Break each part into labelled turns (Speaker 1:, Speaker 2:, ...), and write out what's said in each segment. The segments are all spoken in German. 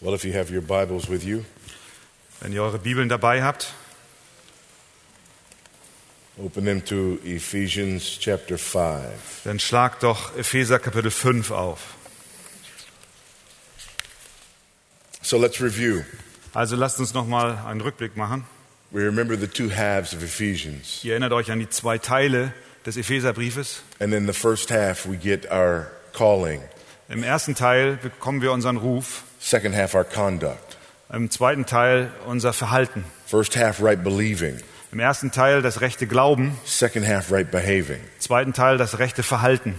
Speaker 1: Well, if you have your Bibles with you,
Speaker 2: Wenn ihr eure Bibeln dabei habt,
Speaker 1: open them to Ephesians chapter 5.
Speaker 2: dann schlagt doch Epheser Kapitel 5 auf.
Speaker 1: So let's review.
Speaker 2: Also lasst uns nochmal einen Rückblick machen.
Speaker 1: We remember the two halves of Ephesians.
Speaker 2: Ihr erinnert euch an die zwei Teile des Epheserbriefes.
Speaker 1: And in the first half, we get our calling,
Speaker 2: Im ersten Teil bekommen wir unseren Ruf,
Speaker 1: second half, our conduct.
Speaker 2: im zweiten Teil unser Verhalten,
Speaker 1: First half, right believing,
Speaker 2: im ersten Teil das rechte Glauben,
Speaker 1: second half, right behaving.
Speaker 2: im zweiten Teil das rechte Verhalten,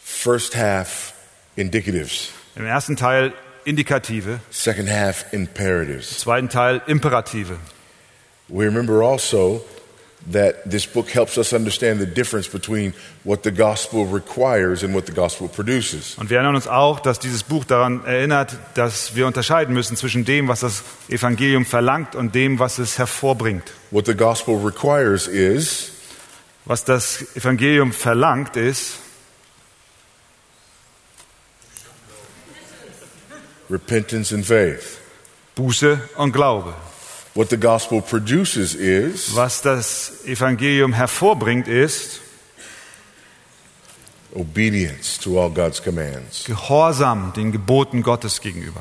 Speaker 1: First half, indicatives,
Speaker 2: im ersten Teil Indikative,
Speaker 1: second half,
Speaker 2: im
Speaker 1: imperatives.
Speaker 2: zweiten Teil Imperative.
Speaker 1: We remember also that this book helps us understand the difference between what the gospel requires and what the gospel produces.
Speaker 2: Und wir erinnern uns auch, dass dieses Buch daran erinnert, dass wir unterscheiden müssen zwischen dem, was das Evangelium verlangt und dem, was es hervorbringt.
Speaker 1: What the gospel requires is
Speaker 2: Was das Evangelium verlangt ist,
Speaker 1: repentance and faith.
Speaker 2: Buße und Glaube.
Speaker 1: What the gospel produces is
Speaker 2: Was das Evangelium hervorbringt ist
Speaker 1: obedience to all God's commands.
Speaker 2: Gehorsam den Geboten Gottes gegenüber.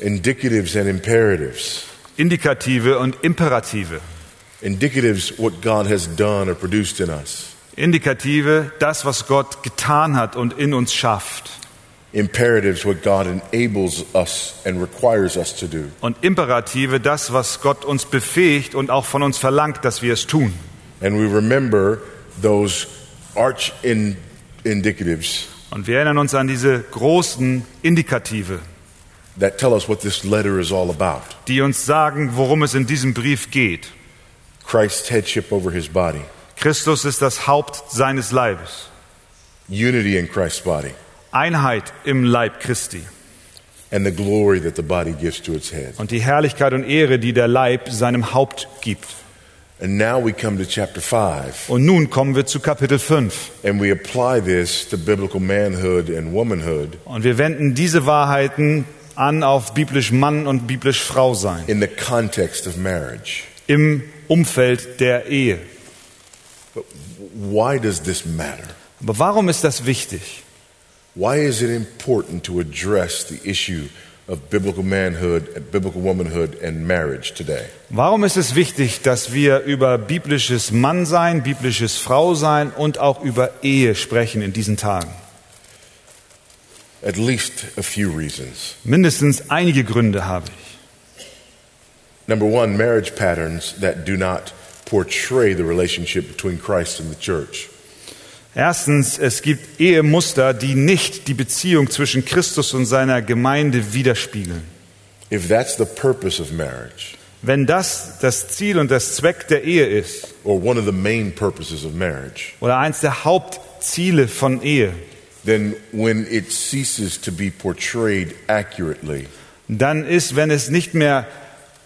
Speaker 1: Indicatives and imperatives.
Speaker 2: Indikative und Imperative.
Speaker 1: Indicatives, what God has done or produced in us.
Speaker 2: Indikative, das, was Gott getan hat und in uns schafft.
Speaker 1: Imperatives, what God enables us and requires us to do.
Speaker 2: Und Imperative, das, was Gott uns befähigt und auch von uns verlangt, dass wir es tun.
Speaker 1: And we remember those arch in- indicatives
Speaker 2: Und wir erinnern uns an diese großen Indikative,
Speaker 1: that tell us what this letter is all about
Speaker 2: die uns sagen, worum es in diesem Brief geht.
Speaker 1: Christ's headship over his body,
Speaker 2: Christus ist das Haupt seines Leibes.
Speaker 1: unity in Christ's body,
Speaker 2: Einheit im Leib Christi
Speaker 1: and the glory that the body gives to its head.
Speaker 2: und die Herrlichkeit und Ehre, die der Leib seinem Haupt gibt.
Speaker 1: And now we come to chapter 5,
Speaker 2: Und nun kommen wir zu Kapitel 5
Speaker 1: and we apply this to biblical manhood and womanhood
Speaker 2: und wir wenden diese Wahrheiten an auf biblisch Mann und biblisch Frau sein
Speaker 1: in the context of marriage.
Speaker 2: im Umfeld der Ehe.
Speaker 1: But why does this matter?
Speaker 2: Aber warum ist das wichtig?
Speaker 1: Why is it important to address the issue of biblical manhood, and biblical womanhood, and marriage today?
Speaker 2: Warum ist es wichtig, dass wir über biblisches Mannsein, biblisches Frausein und auch über Ehe sprechen in diesen Tagen?
Speaker 1: At least a few reasons.
Speaker 2: Mindestens einige Gründe habe ich.
Speaker 1: Number one, marriage patterns that do not portray the relationship between Christ and the church.
Speaker 2: Erstens, es gibt Ehemuster, die nicht die Beziehung zwischen Christus und seiner Gemeinde widerspiegeln.
Speaker 1: If that's the purpose of marriage,
Speaker 2: Wenn das das Ziel und das Zweck der Ehe ist
Speaker 1: or one of the main purposes of marriage,
Speaker 2: oder eins der Hauptziele von Ehe,
Speaker 1: then when it ceases to be portrayed accurately,
Speaker 2: dann ist, wenn es nicht mehr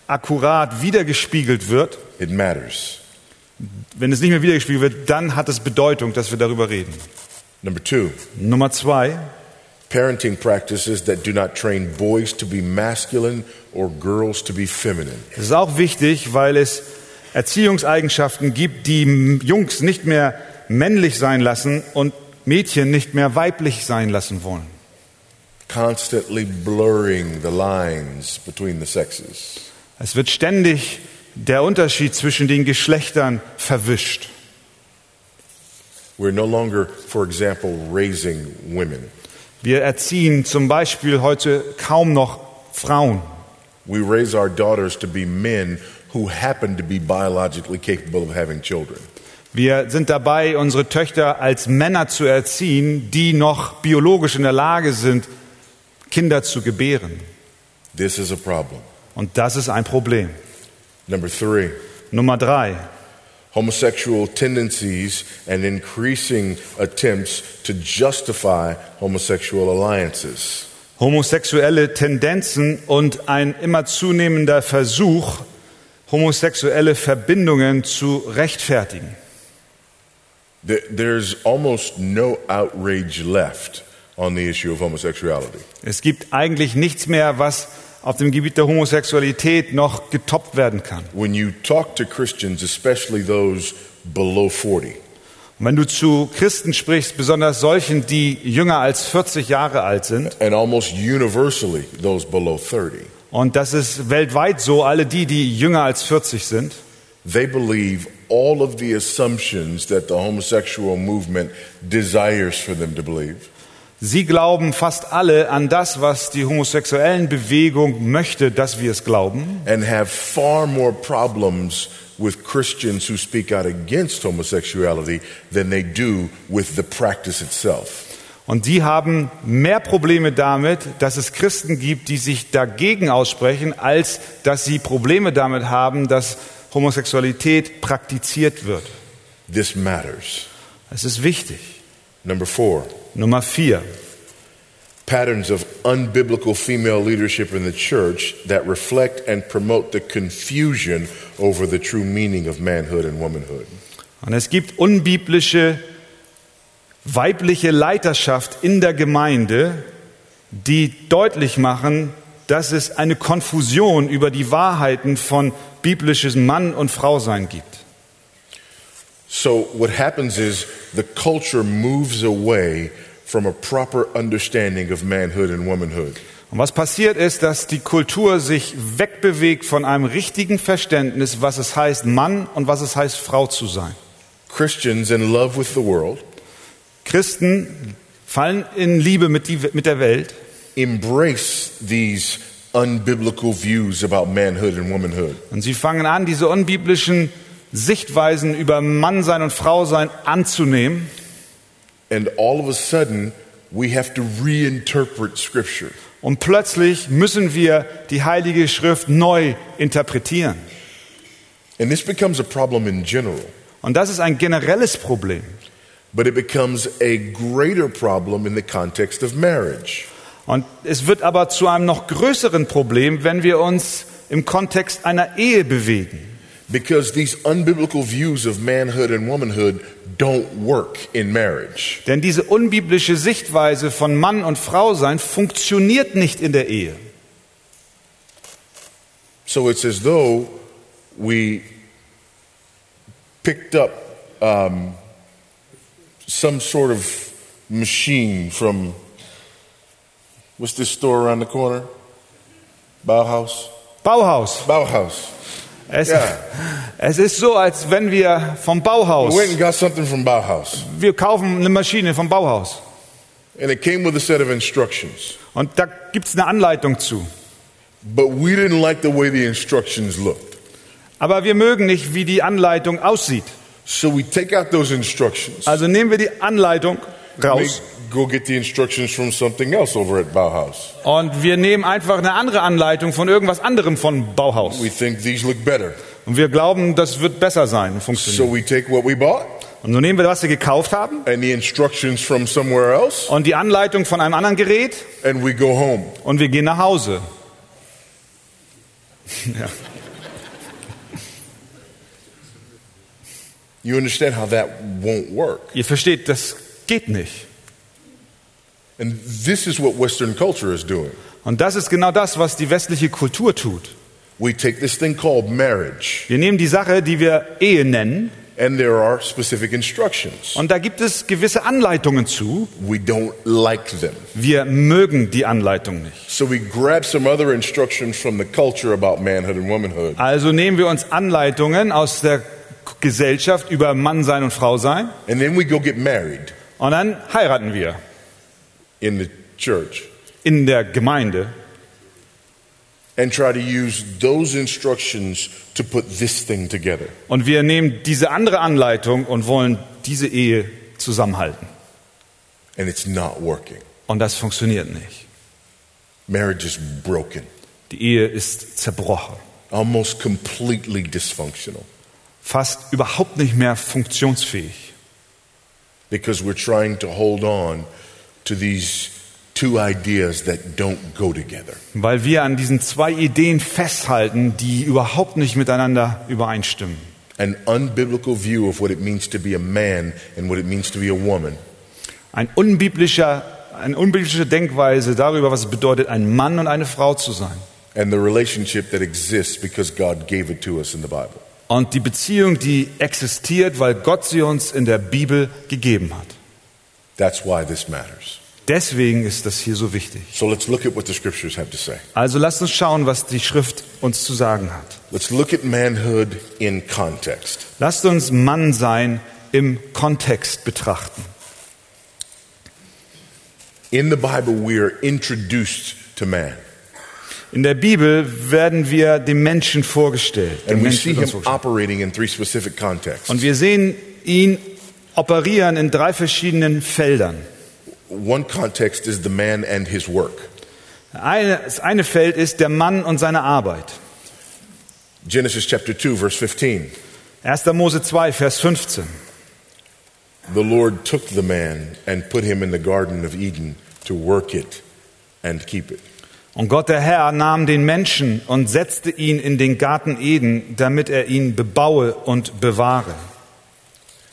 Speaker 2: akkurat wiedergespiegelt wird,
Speaker 1: it matters.
Speaker 2: wenn es nicht mehr wiedergespiegelt wird, dann hat es Bedeutung, dass wir darüber reden.
Speaker 1: Number two,
Speaker 2: Nummer zwei,
Speaker 1: parenting practices that do not train boys to be masculine or girls to be feminine.
Speaker 2: das ist auch wichtig, weil es Erziehungseigenschaften gibt, die M- Jungs nicht mehr männlich sein lassen und Mädchen nicht mehr weiblich sein lassen wollen.
Speaker 1: Constantly blurring the lines between the sexes.
Speaker 2: Es wird ständig der Unterschied zwischen den Geschlechtern verwischt.
Speaker 1: We're no longer, for example, raising women.
Speaker 2: Wir erziehen zum Beispiel heute kaum noch Frauen.
Speaker 1: We raise our daughters to be men who happen to be biologically capable of having children.
Speaker 2: Wir sind dabei, unsere Töchter als Männer zu erziehen, die noch biologisch in der Lage sind, Kinder zu gebären.
Speaker 1: This is a problem.
Speaker 2: Und das ist ein Problem.
Speaker 1: Number three,
Speaker 2: Nummer drei.
Speaker 1: homosexual tendencies and increasing attempts to justify homosexual alliances.
Speaker 2: Homosexuelle Tendenzen und ein immer zunehmender Versuch, homosexuelle Verbindungen zu rechtfertigen.
Speaker 1: Th- There's almost no outrage left on the issue of homosexuality.
Speaker 2: Es gibt eigentlich nichts mehr, was auf dem Gebiet der Homosexualität noch getoppt werden kann.
Speaker 1: When you talk to Christians, especially those below 40,
Speaker 2: Und wenn du zu Christen sprichst, besonders solchen, die jünger als 40 Jahre alt sind,
Speaker 1: and almost universally those below 30,
Speaker 2: und das ist weltweit so, alle die, die jünger als 40 sind,
Speaker 1: they believe all of the assumptions that the homosexual movement desires for them to believe.
Speaker 2: sie glauben fast alle an das, was die homosexuellen Bewegung möchte, dass wir es glauben.
Speaker 1: and have far more problems with Christians who speak out against homosexuality than they do with the practice itself.
Speaker 2: Und die haben mehr Probleme damit, dass es Christen gibt, die sich dagegen aussprechen, als dass sie Probleme damit haben, dass Homosexualität praktiziert wird.
Speaker 1: This matters.
Speaker 2: Es ist wichtig.
Speaker 1: Number four,
Speaker 2: Nummer vier.
Speaker 1: patterns of unbiblical female leadership in the church that reflect and promote the confusion over the true meaning of manhood and womanhood.
Speaker 2: Und es gibt unbiblische weibliche Leiterschaft in der Gemeinde, die deutlich machen, dass es eine Konfusion über die Wahrheiten von biblisches Mann und Frau sein gibt.
Speaker 1: So, what happens is the culture moves away from a proper understanding of manhood and womanhood.
Speaker 2: Und was passiert ist, dass die Kultur sich wegbewegt von einem richtigen Verständnis, was es heißt, Mann und was es heißt, Frau zu sein.
Speaker 1: Christians in love with the world
Speaker 2: Christen fallen in Liebe mit, die, mit der Welt
Speaker 1: embrace these unbiblical views about manhood and womanhood.
Speaker 2: und sie fangen an, diese unbiblischen Sichtweisen über Mannsein und Frausein anzunehmen.
Speaker 1: And all of a sudden, we have to reinterpret Scripture.
Speaker 2: Und plötzlich müssen wir die Heilige Schrift neu interpretieren.
Speaker 1: And this becomes a problem in general,
Speaker 2: Und das ist ein generelles Problem.
Speaker 1: but it becomes a greater problem in the context of marriage.
Speaker 2: Und es wird aber zu einem noch größeren Problem, wenn wir uns im Kontext einer Ehe bewegen.
Speaker 1: Because these unbiblical views of manhood and womanhood don't work in marriage.
Speaker 2: Denn diese unbiblische Sichtweise von Mann und Frau sein funktioniert nicht in der Ehe.
Speaker 1: So it's as though we picked up um, some sort of machine from what's this store around the corner? Bauhaus.
Speaker 2: Bauhaus.
Speaker 1: Bauhaus.
Speaker 2: Es,
Speaker 1: Ja.
Speaker 2: es ist so, als wenn wir vom Bauhaus,
Speaker 1: We went and got something from Bauhaus,
Speaker 2: wir kaufen eine Maschine vom Bauhaus
Speaker 1: and it came with a set of instructions.
Speaker 2: und da gibt's eine Anleitung zu.
Speaker 1: But we didn't like the way the instructions looked,
Speaker 2: Aber wir mögen nicht, wie die Anleitung aussieht.
Speaker 1: so we take out those instructions.
Speaker 2: Also nehmen wir die Anleitung
Speaker 1: We
Speaker 2: raus
Speaker 1: go get the instructions from something else over at Bauhaus.
Speaker 2: und wir nehmen einfach eine andere Anleitung von irgendwas anderem von Bauhaus.
Speaker 1: We think these look better,
Speaker 2: Und wir glauben, das wird besser sein und
Speaker 1: so
Speaker 2: funktionieren.
Speaker 1: we take what we bought.
Speaker 2: Und so nehmen wir, was wir gekauft haben
Speaker 1: and the instructions from somewhere else,
Speaker 2: und die Anleitung von einem anderen Gerät
Speaker 1: and we go home.
Speaker 2: und wir gehen nach Hause. ja.
Speaker 1: You understand how that won't work.
Speaker 2: Ihr versteht, das geht nicht.
Speaker 1: And this is what Western culture is doing.
Speaker 2: Und das ist genau das, was die westliche Kultur tut.
Speaker 1: We take this thing called marriage,
Speaker 2: Wir nehmen die Sache, die wir Ehe nennen,
Speaker 1: and there are specific instructions.
Speaker 2: und da gibt es gewisse Anleitungen zu.
Speaker 1: We don't like them.
Speaker 2: Wir mögen die Anleitung nicht.
Speaker 1: So we grab some other instructions from the culture about manhood and womanhood,
Speaker 2: Also nehmen wir uns Anleitungen aus der Gesellschaft über Mannsein und Frausein
Speaker 1: and then we go get married
Speaker 2: und dann heiraten wir
Speaker 1: in the church
Speaker 2: in der Gemeinde
Speaker 1: and try to use those instructions to put this thing together.
Speaker 2: und wir nehmen diese andere Anleitung und wollen diese Ehe zusammenhalten.
Speaker 1: And it's not working.
Speaker 2: Und das funktioniert nicht.
Speaker 1: Marriage is broken.
Speaker 2: Die Ehe ist zerbrochen,
Speaker 1: almost completely dysfunctional
Speaker 2: fast überhaupt nicht mehr funktionsfähig.
Speaker 1: because we're trying to hold on to these two ideas that don't go together.
Speaker 2: Weil wir an diesen zwei Ideen festhalten, die überhaupt nicht miteinander übereinstimmen.
Speaker 1: An unbiblical view of what it means to be a man and what it means to be a woman,
Speaker 2: Ein unbiblischer eine unbiblische Denkweise darüber, was es bedeutet, ein Mann und eine Frau zu sein.
Speaker 1: and the relationship that exists because God gave it to us in the Bible.
Speaker 2: Und die Beziehung, die existiert, weil Gott sie uns in der Bibel gegeben hat.
Speaker 1: That's why this matters.
Speaker 2: Deswegen ist das hier so wichtig.
Speaker 1: So let's look at what the scriptures have to say.
Speaker 2: Also lasst uns schauen, was die Schrift uns zu sagen hat.
Speaker 1: Let's look at manhood in context.
Speaker 2: Lasst uns Mannsein im Kontext betrachten.
Speaker 1: In the Bible, we are introduced to man,
Speaker 2: In der Bibel werden wir dem Menschen vorgestellt. Dem
Speaker 1: and we
Speaker 2: Menschen
Speaker 1: see
Speaker 2: wird uns
Speaker 1: him
Speaker 2: vorgestellt.
Speaker 1: operating in three specific contexts.
Speaker 2: Und wir sehen ihn operieren in drei verschiedenen Feldern.
Speaker 1: One context is the man and his work.
Speaker 2: Eine, das eine Feld ist der Mann und seine Arbeit.
Speaker 1: Genesis chapter 2, verse 15.
Speaker 2: 1. Mose 2, Vers 15.
Speaker 1: The Lord took the man and put him in the Garden of Eden to work it and keep it.
Speaker 2: Und Gott der Herr nahm den Menschen und setzte ihn in den Garten Eden, damit er ihn bebaue und bewahre.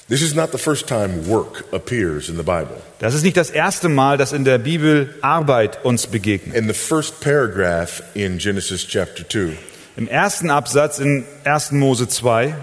Speaker 1: This is not the first time work appears in the Bible.
Speaker 2: Das ist nicht das erste Mal, dass in der Bibel Arbeit uns begegnet.
Speaker 1: In the first paragraph in Genesis chapter 2,
Speaker 2: Im ersten Absatz in 1. Mose 2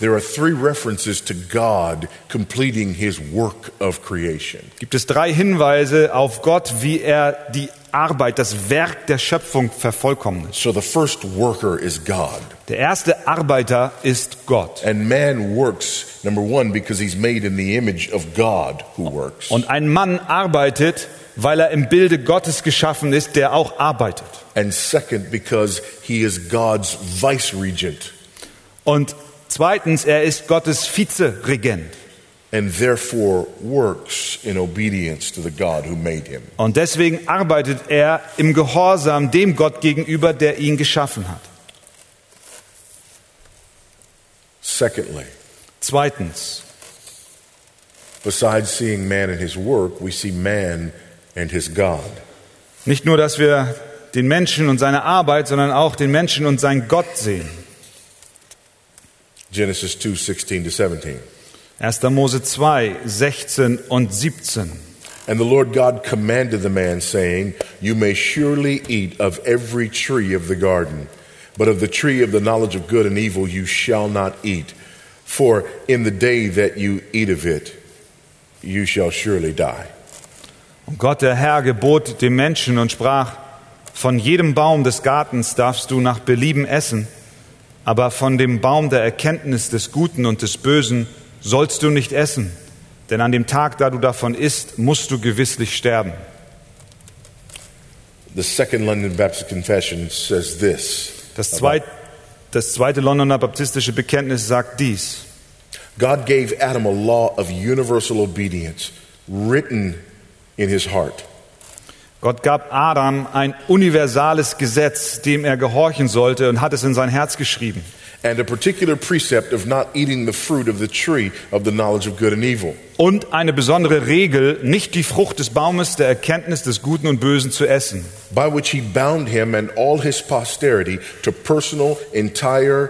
Speaker 1: there are three references to God completing his work of creation.
Speaker 2: gibt es drei Hinweise auf Gott, wie er die Arbeit, das Werk der Schöpfung vervollkommnet.
Speaker 1: So the first worker is God.
Speaker 2: Der erste Arbeiter ist Gott.
Speaker 1: And man works, number one, because he's made in the image of God who works.
Speaker 2: Und ein Mann arbeitet, weil er im Bilde Gottes geschaffen ist, der auch arbeitet.
Speaker 1: And second, because he is God's vice regent.
Speaker 2: Und zweitens, er ist Gottes Vizeregent.
Speaker 1: And therefore works in obedience to the God who made him.
Speaker 2: Und deswegen arbeitet er im Gehorsam dem Gott gegenüber, der ihn geschaffen hat.
Speaker 1: Secondly,
Speaker 2: Zweitens,
Speaker 1: besides seeing man and his work, we see man and his God.
Speaker 2: nicht nur, dass wir den Menschen und seine Arbeit, sondern auch den Menschen und seinen Gott sehen.
Speaker 1: Genesis 2 16 to 17.
Speaker 2: 1. Mose 2, 16 und 17.
Speaker 1: And the Lord God commanded the man, saying, You may surely eat of every tree of the garden, but of the tree of the knowledge of good and evil you shall not eat. For in the day that you eat of it, you shall surely die.
Speaker 2: Und Gott der Herr gebot dem Menschen und sprach, von jedem Baum des Gartens darfst du nach Belieben essen, aber von dem Baum der Erkenntnis des Guten und des Bösen sollst du nicht essen, denn an dem Tag, da du davon isst, musst du gewisslich sterben.
Speaker 1: The Second London Baptist Confession says this
Speaker 2: Das, zweit, das zweite Londoner baptistische Bekenntnis sagt dies.
Speaker 1: God gave Adam a law of universal obedience written in his heart.
Speaker 2: Gott gab Adam ein universales Gesetz, dem er gehorchen sollte und hat es in sein Herz geschrieben.
Speaker 1: and a particular precept of not eating the fruit of the tree of the knowledge of good and evil.
Speaker 2: Und eine besondere Regel, nicht die Frucht des Baumes der Erkenntnis des Guten und Bösen zu essen,
Speaker 1: By which he bound him and all his posterity to personal, entire,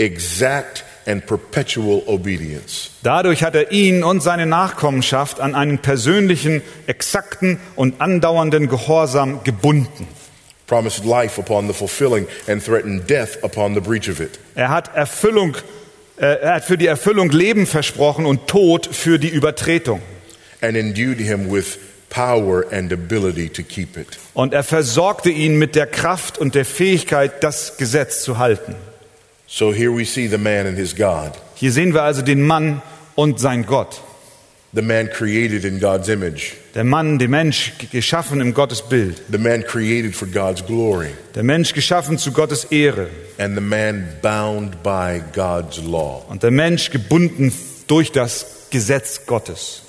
Speaker 1: exact, and perpetual obedience.
Speaker 2: Dadurch hat er ihn und seine Nachkommenschaft an einen persönlichen, exakten und andauernden Gehorsam gebunden.
Speaker 1: Promised life upon the fulfilling and threatened death upon the breach of it.
Speaker 2: Er hat Erfüllung, äh, er hat für die Erfüllung Leben versprochen und Tod für die Übertretung.
Speaker 1: And endued him with power and ability to keep it.
Speaker 2: Und er versorgte ihn mit der Kraft und der Fähigkeit, das Gesetz zu halten.
Speaker 1: So here we see the man and his God.
Speaker 2: Hier sehen wir also den Mann und sein Gott.
Speaker 1: The man created in God's image.
Speaker 2: Der Mann, der Mensch, geschaffen im Gottes Bild.
Speaker 1: The man created for God's glory.
Speaker 2: Der Mensch geschaffen zu Gottes Ehre.
Speaker 1: And the man bound by God's law.
Speaker 2: Und der Mensch gebunden durch das Gesetz Gottes.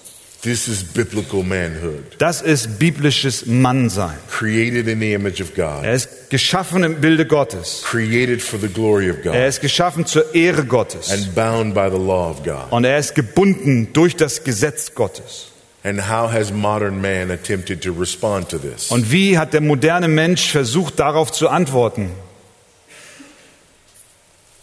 Speaker 1: This is biblical manhood,
Speaker 2: Das ist biblisches Mannsein.
Speaker 1: created in the image of God,
Speaker 2: Er ist geschaffen im Bilde Gottes.
Speaker 1: created for the glory of
Speaker 2: Er
Speaker 1: God,
Speaker 2: ist geschaffen zur Ehre Gottes.
Speaker 1: and bound by the law of God.
Speaker 2: Und er ist gebunden durch das Gesetz Gottes.
Speaker 1: And how has modern man attempted to respond to this?
Speaker 2: Und wie hat der moderne Mensch versucht, darauf zu antworten?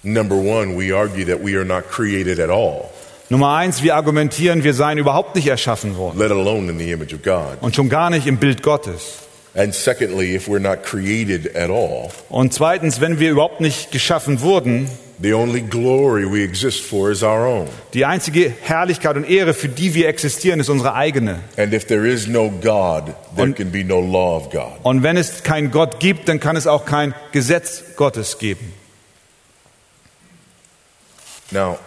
Speaker 1: Number one, we argue that we are not created at all.
Speaker 2: Nummer eins, wir argumentieren, wir seien überhaupt nicht erschaffen worden
Speaker 1: let alone in the image of God.
Speaker 2: und schon gar nicht im Bild Gottes.
Speaker 1: And secondly, if we're not created at all,
Speaker 2: Und zweitens, wenn wir überhaupt nicht geschaffen wurden,
Speaker 1: the only glory we exist for is our own.
Speaker 2: die einzige Herrlichkeit und Ehre, für die wir existieren, ist unsere eigene.
Speaker 1: And if there is no God, there
Speaker 2: Und-
Speaker 1: can be no law of God.
Speaker 2: Und wenn es keinen Gott gibt, dann kann es auch kein Gesetz Gottes geben.
Speaker 1: Now,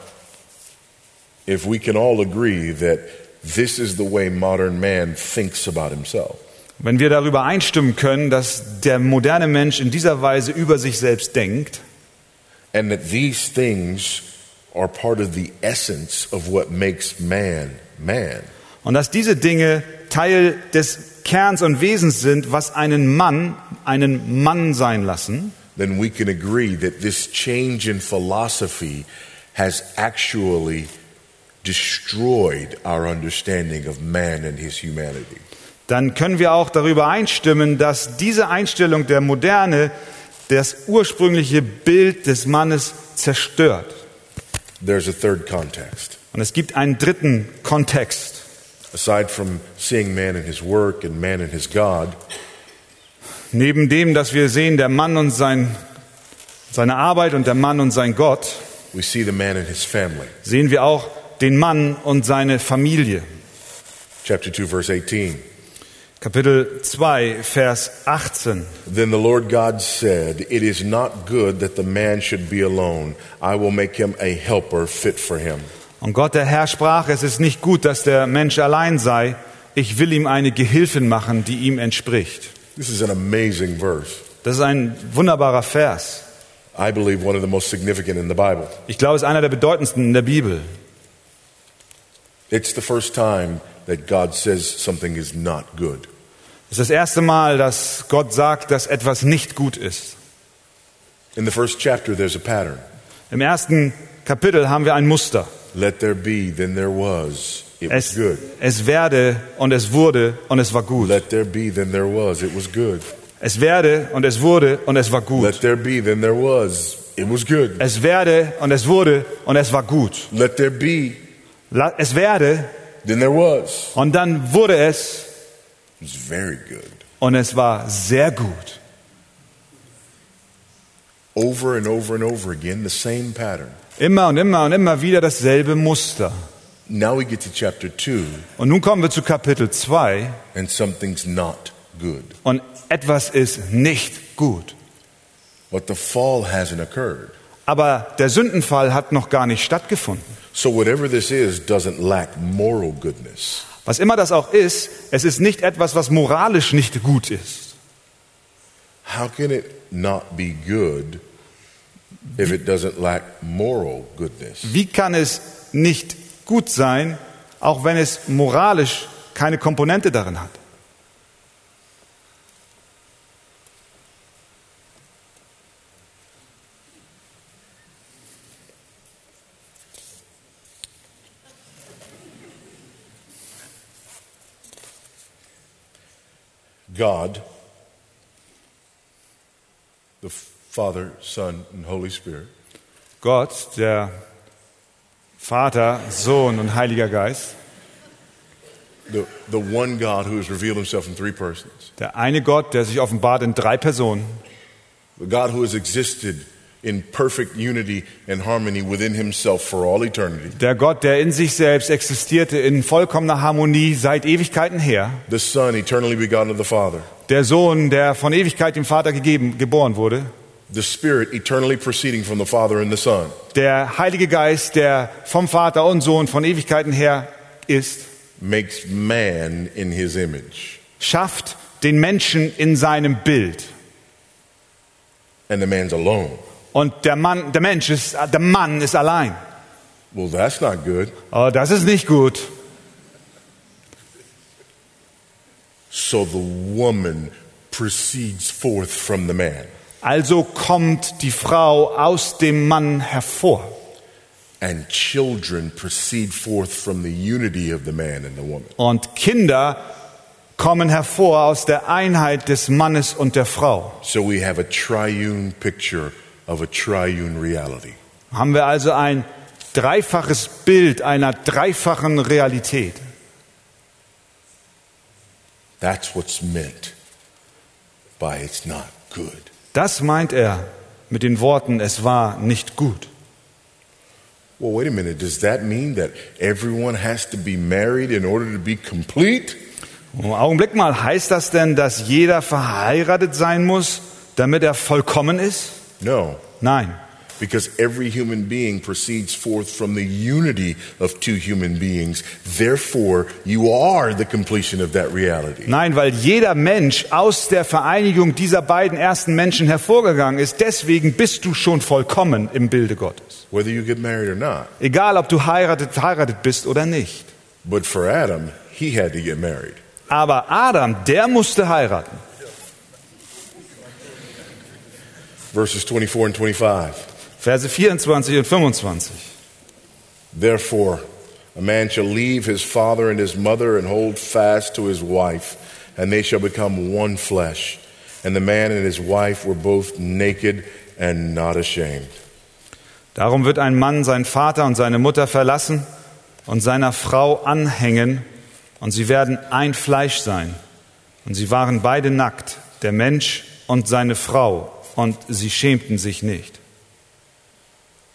Speaker 1: if we can all agree that this is the way modern man thinks about himself,
Speaker 2: Wenn wir darüber einstimmen können, dass der moderne Mensch in dieser Weise über sich selbst denkt
Speaker 1: and that these things are part of the essence of what makes man man,
Speaker 2: und dass diese Dinge Teil des Kerns und Wesens sind, was einen Mann einen Mann sein lassen,
Speaker 1: then we can agree that this change in philosophy has actually destroyed our understanding of man and his humanity.
Speaker 2: dann können wir auch darüber einstimmen, dass diese Einstellung der Moderne das ursprüngliche Bild des Mannes zerstört.
Speaker 1: There's a third context.
Speaker 2: Und es gibt einen dritten Kontext.
Speaker 1: Aside from seeing man in his work and man in his God,
Speaker 2: Neben dem, dass wir sehen, der Mann und sein, seine Arbeit und der Mann und sein Gott,
Speaker 1: we see the man and his family.
Speaker 2: sehen wir auch den Mann und seine Familie.
Speaker 1: Chapter 2, verse 18.
Speaker 2: Kapitel 2, Vers 18.
Speaker 1: Then the Lord God said, It is not good that the man should be alone. I will make him a helper fit for him.
Speaker 2: Und Gott, der Herr, sprach, es ist nicht gut, dass der Mensch allein sei. Ich will ihm eine Gehilfin machen, die ihm entspricht.
Speaker 1: This is an amazing verse.
Speaker 2: Das ist ein wunderbarer Vers.
Speaker 1: I believe one of the most significant in the Bible.
Speaker 2: Ich glaube, es ist einer der bedeutendsten in der Bibel.
Speaker 1: It's the first time that God says something is not good.
Speaker 2: Es ist das erste Mal, dass Gott sagt, dass etwas nicht gut ist.
Speaker 1: In the first chapter, there's a pattern.
Speaker 2: Im ersten Kapitel haben wir ein Muster.
Speaker 1: Let there be, then there was. It was
Speaker 2: Es,
Speaker 1: good.
Speaker 2: es werde und es wurde und es war gut.
Speaker 1: Let there be, then there was. It was good.
Speaker 2: Es werde und es wurde und es war gut.
Speaker 1: Let there be, then there was. It was good.
Speaker 2: Es werde und es wurde und es war gut.
Speaker 1: Let there be,
Speaker 2: La- Es werde
Speaker 1: then there was.
Speaker 2: und dann wurde es
Speaker 1: It was very good.
Speaker 2: und es war sehr gut.
Speaker 1: Over and over and over again, the same pattern.
Speaker 2: Immer und immer und immer wieder dasselbe Muster.
Speaker 1: Now we get to chapter 2,
Speaker 2: Und nun kommen wir zu Kapitel 2
Speaker 1: and something's not good.
Speaker 2: und etwas ist nicht gut.
Speaker 1: But the fall hasn't occurred.
Speaker 2: Aber der Sündenfall hat noch gar nicht stattgefunden.
Speaker 1: So whatever this is doesn't lack moral goodness.
Speaker 2: Was immer das auch ist, es ist nicht etwas, was moralisch nicht gut ist.
Speaker 1: How can it not be good if it doesn't lack moral goodness?
Speaker 2: Wie kann es nicht gut sein, auch wenn es moralisch keine Komponente darin hat?
Speaker 1: God, the Father, Son, and Holy Spirit,
Speaker 2: Gott, der Vater, Sohn und Heiliger Geist,
Speaker 1: the, the one God who has revealed himself in three persons,
Speaker 2: der eine Gott, der sich offenbart in drei Personen,
Speaker 1: the God who has existed in perfect unity and harmony within himself for all eternity,
Speaker 2: der Gott, der in sich selbst existierte in vollkommener Harmonie seit Ewigkeiten her,
Speaker 1: the Son, eternally begotten of the Father,
Speaker 2: der Sohn, der von Ewigkeit dem Vater gegeben, geboren wurde,
Speaker 1: the Spirit, eternally proceeding from the Father and the Son.
Speaker 2: der Heilige Geist, der vom Vater und Sohn von Ewigkeiten her ist,
Speaker 1: makes man in his image.
Speaker 2: schafft den Menschen in seinem Bild.
Speaker 1: And the man's alone.
Speaker 2: Und der Mann, der Mensch ist, der Mann ist allein.
Speaker 1: Well, that's not good.
Speaker 2: Oh, das ist nicht gut.
Speaker 1: So the woman proceeds forth from the man.
Speaker 2: Also kommt die Frau aus dem Mann hervor.
Speaker 1: And children proceed forth from the unity of the man and the woman.
Speaker 2: Und Kinder kommen hervor aus der Einheit des Mannes und der Frau.
Speaker 1: So we have a triune picture of a triune reality.
Speaker 2: Haben wir also ein dreifaches Bild einer dreifachen Realität.
Speaker 1: That's what's meant by it's not good.
Speaker 2: Das meint er mit den Worten, es war nicht gut.
Speaker 1: Well, wait a minute. Does that mean that everyone has to be married in order to be complete?
Speaker 2: Oh, Augenblick mal, heißt das denn, dass jeder verheiratet sein muss, damit er vollkommen ist?
Speaker 1: No,
Speaker 2: Nein,
Speaker 1: because every human being proceeds forth from the unity of two human beings. Therefore, you are the completion of that reality.
Speaker 2: nein, weil jeder Mensch aus der Vereinigung dieser beiden ersten Menschen hervorgegangen ist. Deswegen bist du schon vollkommen im Bilde Gottes.
Speaker 1: Whether you get married or not.
Speaker 2: Egal, ob du heiratet, verheiratet bist oder nicht.
Speaker 1: But for Adam, he had to get married.
Speaker 2: Aber Adam, der musste heiraten.
Speaker 1: Verses 24 and 25.
Speaker 2: Verse 24 und 25.
Speaker 1: Therefore, a man shall leave his father and his mother and hold fast to his wife, and they shall become one flesh. And the man and his wife were both naked and not ashamed.
Speaker 2: Darum wird ein Mann seinen Vater und seine Mutter verlassen und seiner Frau anhängen, und sie werden ein Fleisch sein. Und sie waren beide nackt, der Mensch und seine Frau, und sie schämten sich nicht.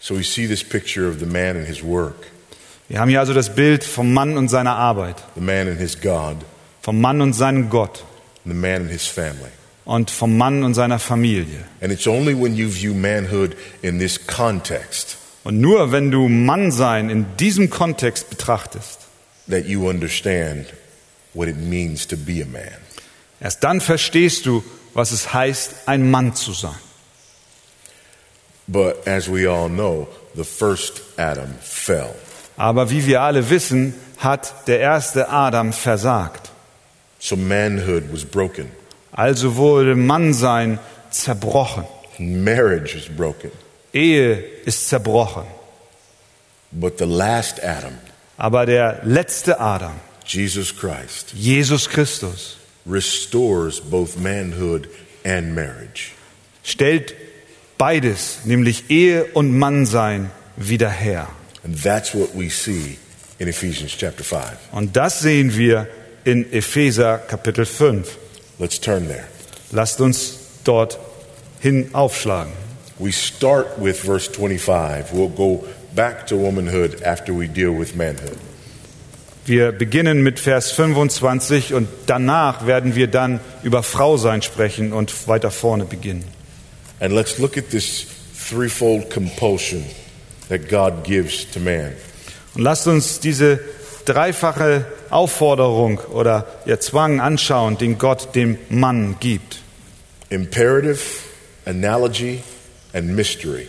Speaker 1: So we see this picture of the man and his work,
Speaker 2: Wir haben hier also das Bild vom Mann und seiner Arbeit,
Speaker 1: the man and his God,
Speaker 2: vom Mann und seinem Gott
Speaker 1: and the man and his family.
Speaker 2: und vom Mann und seiner Familie.
Speaker 1: And it's only when you view manhood in this context
Speaker 2: Und nur wenn du Mannsein in diesem Kontext betrachtest,
Speaker 1: that you understand what it means to be a man.
Speaker 2: erst dann verstehst du, was es heißt, ein Mann zu sein.
Speaker 1: But as we all know, the first Adam fell.
Speaker 2: Aber wie wir alle wissen, hat der erste Adam versagt.
Speaker 1: So manhood was broken,
Speaker 2: Also wurde Mannsein zerbrochen.
Speaker 1: marriage was broken.
Speaker 2: Ehe ist zerbrochen.
Speaker 1: But the last Adam,
Speaker 2: Aber der letzte Adam,
Speaker 1: Jesus Christ,
Speaker 2: Jesus Christus,
Speaker 1: restores both manhood and marriage.
Speaker 2: stellt beides, nämlich Ehe und Mannsein, wieder her.
Speaker 1: And that's what we see in Ephesians chapter 5.
Speaker 2: Und das sehen wir in Epheser Kapitel 5.
Speaker 1: Let's turn there.
Speaker 2: Lasst uns dort hin aufschlagen.
Speaker 1: We start with verse 25. We'll go back to womanhood after we deal with manhood.
Speaker 2: Wir beginnen mit Vers 25 und danach werden wir dann über Frausein sprechen und weiter vorne beginnen.
Speaker 1: And let's look at this threefold compulsion that God gives to man.
Speaker 2: Und lasst uns diese dreifache Aufforderung oder ihr Zwang anschauen, den Gott dem Mann gibt.
Speaker 1: imperative, analogy, and mystery.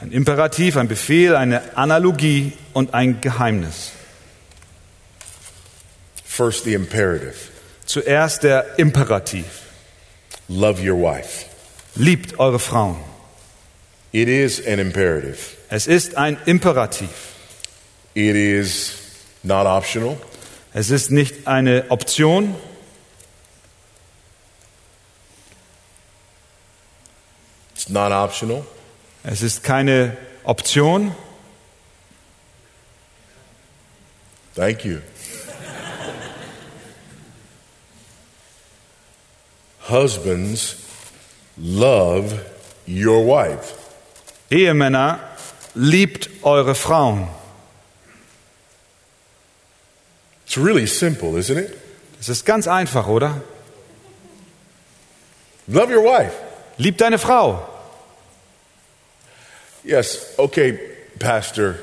Speaker 2: Ein Imperativ, ein Befehl, eine Analogie und ein Geheimnis.
Speaker 1: First, the imperative
Speaker 2: Zuerst der Imperativ.
Speaker 1: love your wife.
Speaker 2: Liebt eure Frauen.
Speaker 1: It is an imperative,
Speaker 2: Es ist ein Imperativ.
Speaker 1: it is not optional,
Speaker 2: Es ist nicht eine Option,
Speaker 1: it's not optional,
Speaker 2: es ist keine Option,
Speaker 1: thank you. Husbands, love your wife.
Speaker 2: Ehemänner, liebt eure Frauen.
Speaker 1: It's really simple, isn't it?
Speaker 2: Das ist ganz einfach, oder?
Speaker 1: Love your wife.
Speaker 2: Lieb deine Frau.
Speaker 1: Yes, okay, Pastor.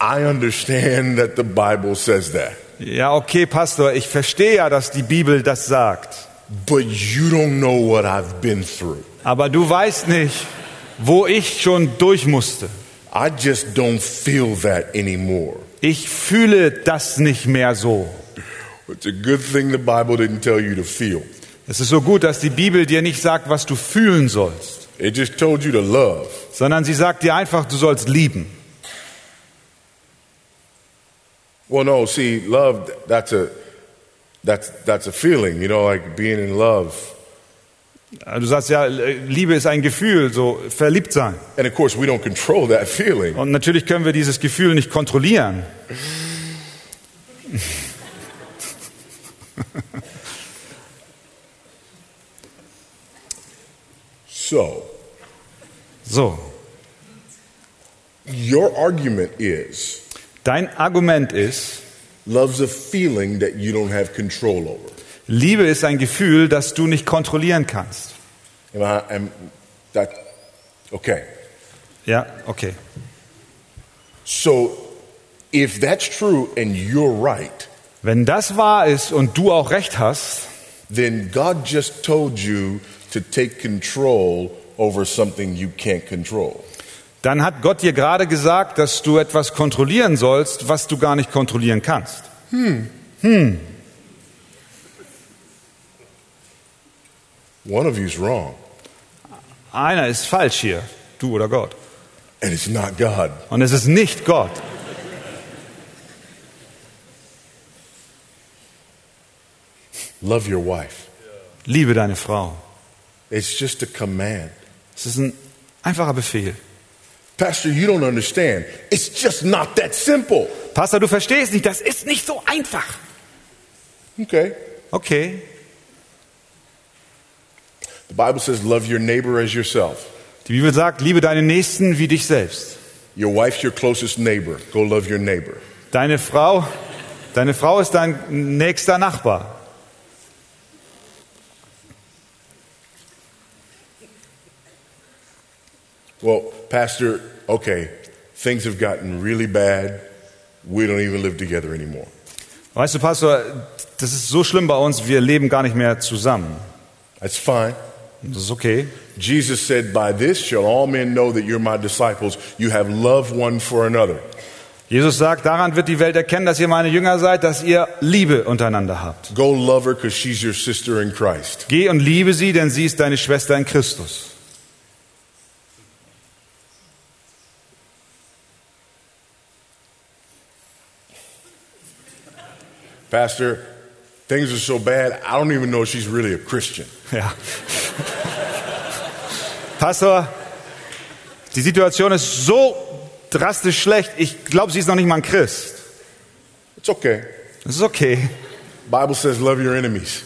Speaker 1: I understand that the Bible says that,
Speaker 2: Ja, okay, Pastor, ich verstehe ja, dass die Bibel das sagt.
Speaker 1: but you don't know what I've been through.
Speaker 2: Aber du weißt nicht, wo ich schon durch musste.
Speaker 1: I just don't feel that anymore.
Speaker 2: Ich fühle das nicht mehr so.
Speaker 1: It's a good thing the Bible didn't tell you to feel,
Speaker 2: Es ist so gut, dass die Bibel dir nicht sagt, was du fühlen sollst,
Speaker 1: it just told you to love.
Speaker 2: sondern sie sagt dir einfach, du sollst lieben.
Speaker 1: Well, no, see, love, that's a. That's, that's a feeling, you know, like being in love
Speaker 2: Also Du sagst ja, äh, Liebe ist ein Gefühl, so verliebt sein.
Speaker 1: And of course, we don't control that feeling.
Speaker 2: Und natürlich können wir dieses Gefühl nicht kontrollieren.
Speaker 1: So,
Speaker 2: So,
Speaker 1: your argument is
Speaker 2: dein Argument ist,
Speaker 1: love's a feeling that you don't have control over.
Speaker 2: Liebe ist ein Gefühl, das du nicht kontrollieren kannst.
Speaker 1: Am I, am that, okay.
Speaker 2: Ja, okay.
Speaker 1: So, if that's true and you're right,
Speaker 2: Wenn das wahr ist und du auch recht hast,
Speaker 1: then God just told you to take control over something you can't control.
Speaker 2: dann hat Gott dir gerade gesagt, dass du etwas kontrollieren sollst, was du gar nicht kontrollieren kannst.
Speaker 1: One of you's wrong,
Speaker 2: Einer ist falsch hier, du oder Gott.
Speaker 1: and it's not God.
Speaker 2: Und es ist nicht Gott.
Speaker 1: Love your wife.
Speaker 2: Liebe deine Frau.
Speaker 1: It's just a command.
Speaker 2: Es ist ein einfacher Befehl.
Speaker 1: Pastor, you don't understand. It's just not that simple.
Speaker 2: Pastor, du verstehst nicht, das ist nicht so einfach.
Speaker 1: Okay.
Speaker 2: Okay.
Speaker 1: The Bible says, love your neighbor as yourself.
Speaker 2: Die Bibel sagt, liebe deinen Nächsten wie dich selbst.
Speaker 1: Your wife's your closest neighbor. Go love your neighbor.
Speaker 2: Deine Frau, deine Frau ist dein nächster Nachbar.
Speaker 1: Well, Pastor, okay, things have gotten really bad. We don't even live together anymore.
Speaker 2: Weißt du, Pastor, das ist so schlimm bei uns, wir leben gar nicht mehr zusammen.
Speaker 1: That's fine.
Speaker 2: Das ist okay.
Speaker 1: Jesus said, By this shall all men know that you're my disciples. You have love one for another.
Speaker 2: Jesus sagt, daran wird die Welt erkennen, dass ihr meine Jünger seid, dass ihr Liebe untereinander habt.
Speaker 1: Go love her because she's your sister in Christ.
Speaker 2: Geh und liebe sie, denn sie ist deine Schwester in Christus.
Speaker 1: Pastor, things are so bad, I don't even know if she's really a Christian.
Speaker 2: Ja. Pastor, die Situation ist so drastisch schlecht, ich glaube, sie ist noch nicht mal ein Christ.
Speaker 1: It's okay.
Speaker 2: Das ist okay.
Speaker 1: Bible says, Love your enemies.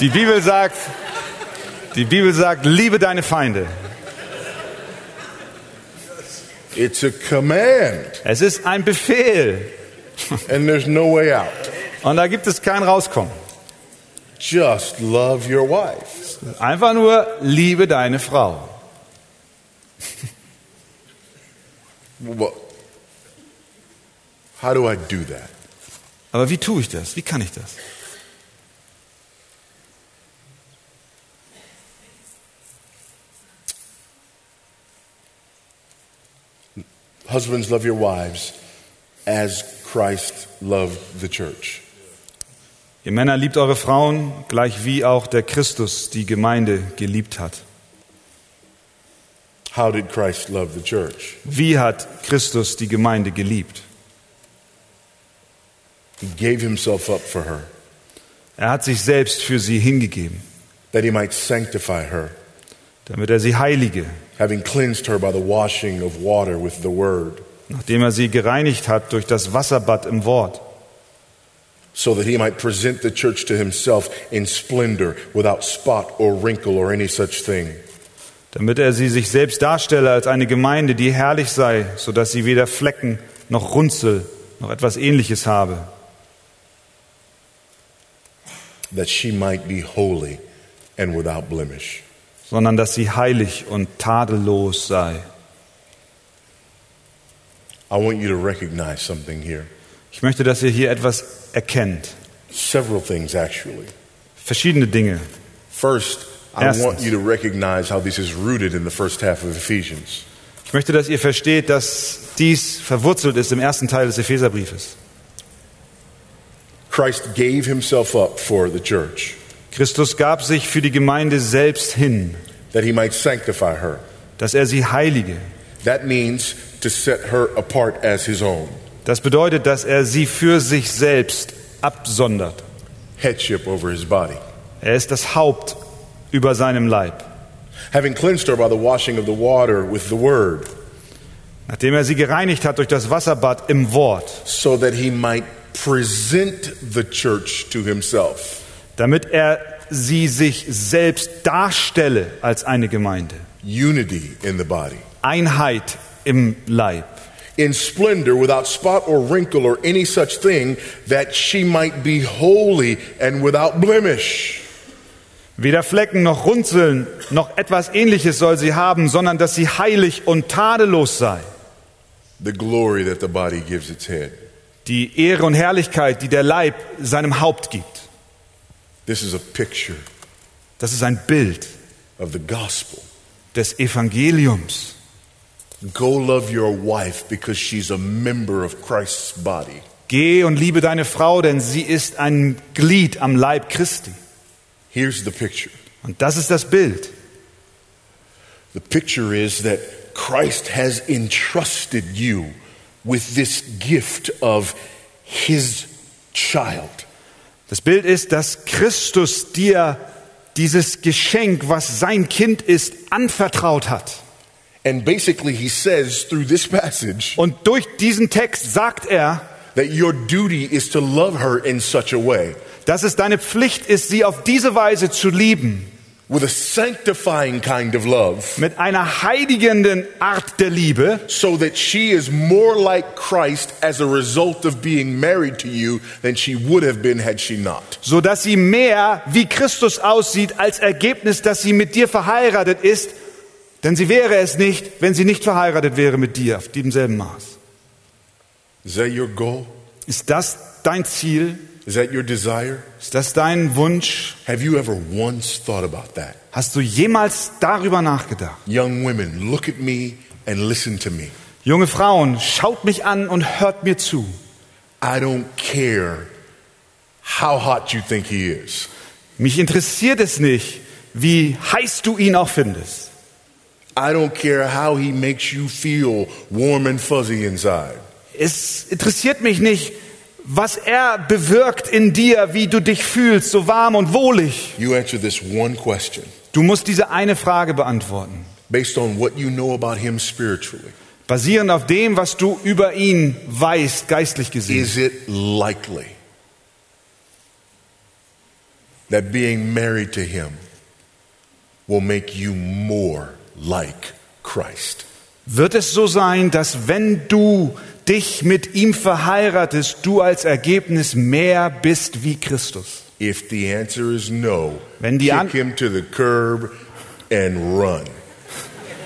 Speaker 2: Die Bibel sagt, die Bibel sagt, liebe deine Feinde.
Speaker 1: It's a command,
Speaker 2: Es ist ein Befehl
Speaker 1: and there's no way out.
Speaker 2: und da gibt es kein Rauskommen.
Speaker 1: Just love your wife.
Speaker 2: Einfach nur liebe deine Frau.
Speaker 1: Well, how do I do that?
Speaker 2: Aber wie tue ich das? Wie kann ich das?
Speaker 1: Husbands, love your wives as Christ loved the church.
Speaker 2: Ihr Männer liebt eure Frauen, gleich wie auch der Christus die Gemeinde geliebt hat.
Speaker 1: How did Christ love the church?
Speaker 2: Wie hat Christus die Gemeinde geliebt?
Speaker 1: He gave himself up for her,
Speaker 2: Er hat sich selbst für sie hingegeben,
Speaker 1: that he might sanctify her,
Speaker 2: damit er sie heilige,
Speaker 1: having cleansed her by the washing of water with the word,
Speaker 2: nachdem er sie gereinigt hat durch das Wasserbad im Wort,
Speaker 1: so that he might present the church to himself in splendor, without spot or wrinkle or any such thing.
Speaker 2: damit er sie sich selbst darstelle als eine Gemeinde, die herrlich sei, sodass sie weder Flecken noch Runzel noch etwas ähnliches habe,
Speaker 1: that she might be holy and without blemish.
Speaker 2: sondern dass sie heilig und tadellos sei.
Speaker 1: I want you to recognize something here.
Speaker 2: Ich möchte, dass ihr hier etwas erkennt.
Speaker 1: Several things, actually.
Speaker 2: Verschiedene Dinge.
Speaker 1: First, I
Speaker 2: Yes.
Speaker 1: want you to recognize how this is rooted in the first half of Ephesians.
Speaker 2: Ich möchte, dass ihr versteht, dass dies verwurzelt ist im ersten Teil des Epheserbriefes.
Speaker 1: Christ gave himself up for the church
Speaker 2: Christus gab sich für die Gemeinde selbst hin,
Speaker 1: that he might sanctify her.
Speaker 2: dass er sie heilige.
Speaker 1: That means to set her apart as his own.
Speaker 2: Das bedeutet, dass er sie für sich selbst absondert.
Speaker 1: headship over his body.
Speaker 2: Er ist das Haupt über seinem Leib.
Speaker 1: Having cleansed her by the washing of the water with the word,
Speaker 2: Nachdem er sie gereinigt hat durch das Wasserbad im Wort,
Speaker 1: so that he might present the church to himself.
Speaker 2: damit er sie sich selbst darstelle als eine Gemeinde.
Speaker 1: Unity in the body.
Speaker 2: Einheit im Leib.
Speaker 1: In splendor, without spot or wrinkle or any such thing, that she might be holy and without blemish.
Speaker 2: Weder Flecken noch Runzeln noch etwas ähnliches soll sie haben, sondern dass sie heilig und tadellos sei.
Speaker 1: The glory that the body gives its head.
Speaker 2: Die Ehre und Herrlichkeit, die der Leib seinem Haupt gibt.
Speaker 1: This is a picture
Speaker 2: Das ist ein Bild
Speaker 1: of the gospel.
Speaker 2: des Evangeliums.
Speaker 1: Go love your wife because she's a member of Christ's body.
Speaker 2: Geh und liebe deine Frau, denn sie ist ein Glied am Leib Christi.
Speaker 1: Here's the picture
Speaker 2: Und das ist das Bild.
Speaker 1: the picture is that Christ has entrusted you with this gift of his child.
Speaker 2: Das Bild ist, dass Christus dir dieses Geschenk, was sein Kind ist, anvertraut hat.
Speaker 1: And basically, he says through this passage
Speaker 2: Und durch diesen Text sagt er,
Speaker 1: that your duty is to love her in such a way,
Speaker 2: dass es deine Pflicht ist, sie auf diese Weise zu lieben,
Speaker 1: with a sanctifying kind of love,
Speaker 2: mit einer heiligenden Art der Liebe,
Speaker 1: so that she is more like Christ as a result of being married to you than she would have been had she not.
Speaker 2: so dass sie mehr wie Christus aussieht als Ergebnis, dass sie mit dir verheiratet ist, denn sie wäre es nicht, wenn sie nicht verheiratet wäre mit dir auf demselben Maß.
Speaker 1: Is that your goal?
Speaker 2: Ist das dein Ziel?
Speaker 1: Is that your desire?
Speaker 2: Ist das dein Wunsch?
Speaker 1: Have you ever once thought about that?
Speaker 2: Hast du jemals darüber nachgedacht?
Speaker 1: Young women, look at me and listen to me.
Speaker 2: Junge Frauen, schaut mich an und hört mir zu.
Speaker 1: I don't care how hot you think he is.
Speaker 2: Mich interessiert es nicht, wie heiß du ihn auch findest.
Speaker 1: I don't care how he makes you feel warm and fuzzy inside.
Speaker 2: Es interessiert mich nicht, was er bewirkt in dir, wie du dich fühlst, so warm und wohlig.
Speaker 1: You answer this one question
Speaker 2: Du musst diese eine Frage beantworten.
Speaker 1: based on what you know about him spiritually.
Speaker 2: Basierend auf dem, was du über ihn weißt, geistlich gesehen.
Speaker 1: Is it likely that being married to him will make you more like Christ?
Speaker 2: Wird es so sein, dass wenn du dich mit ihm verheiratest, du als Ergebnis mehr bist wie Christus?
Speaker 1: If the answer is no,
Speaker 2: Wenn die
Speaker 1: kick
Speaker 2: An-
Speaker 1: him to the curb and run.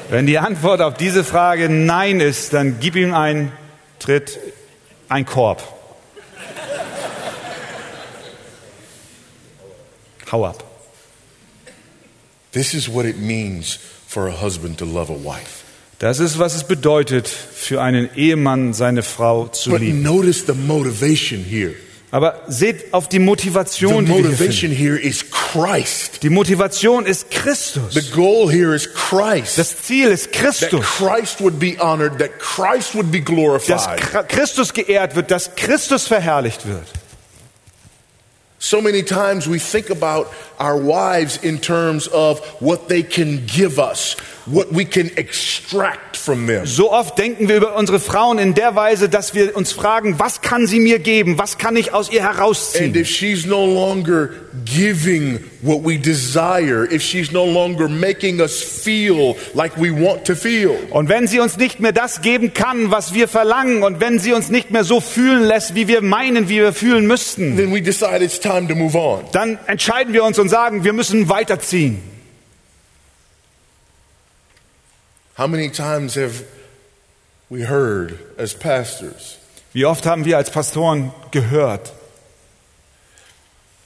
Speaker 2: Wenn die Antwort auf diese Frage Nein ist, dann gib ihm einen Tritt, einen Korb. Hau ab.
Speaker 1: This is what it means for a husband to love a wife.
Speaker 2: Das ist, was es bedeutet, für einen Ehemann seine Frau zu
Speaker 1: But
Speaker 2: lieben.
Speaker 1: notice the motivation here.
Speaker 2: Aber seht auf die
Speaker 1: The
Speaker 2: Motivation, die wir hier finden.
Speaker 1: motivation here is Christ.
Speaker 2: Die Motivation ist Christus.
Speaker 1: The goal here is Christ.
Speaker 2: Das Ziel ist
Speaker 1: That
Speaker 2: Christus.
Speaker 1: Christ would be honored, that Christ would be
Speaker 2: Dass
Speaker 1: glorified.
Speaker 2: Chra- Christus geehrt wird, dass Christus verherrlicht wird.
Speaker 1: So many times we think about our wives in terms of what they can give us, what we can extract from them.
Speaker 2: So oft denken wir über unsere Frauen in der Weise, dass wir uns fragen, was kann sie mir geben? Was kann ich aus ihr
Speaker 1: And if
Speaker 2: herausziehen?
Speaker 1: she's no longer giving what we desire, if she's no longer making us feel like we want to feel,
Speaker 2: Und wenn sie uns nicht mehr das geben kann, was wir verlangen, und wenn sie uns nicht mehr so fühlen lässt, wie wir meinen, wie wir fühlen müssten,
Speaker 1: then we decide it's time to move on.
Speaker 2: dann entscheiden wir uns und sagen, wir müssen weiterziehen.
Speaker 1: How many times have we heard as pastors,
Speaker 2: Wie oft haben wir als Pastoren gehört,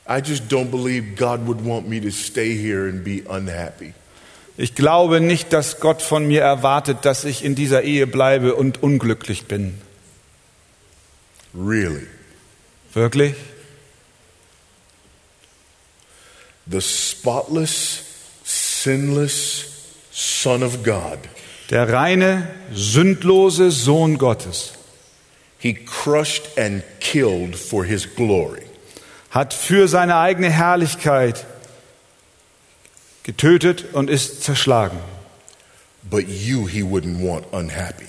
Speaker 1: I just don't believe God would want me to stay here and be unhappy.
Speaker 2: ich glaube nicht, dass Gott von mir erwartet, dass ich in dieser Ehe bleibe und unglücklich bin.
Speaker 1: Really?
Speaker 2: Wirklich?
Speaker 1: The spotless, sinless Son of God.
Speaker 2: Der reine, sündlose Sohn Gottes
Speaker 1: He crushed and killed for his glory.
Speaker 2: hat für seine eigene Herrlichkeit getötet und ist zerschlagen.
Speaker 1: But you he wouldn't want unhappy.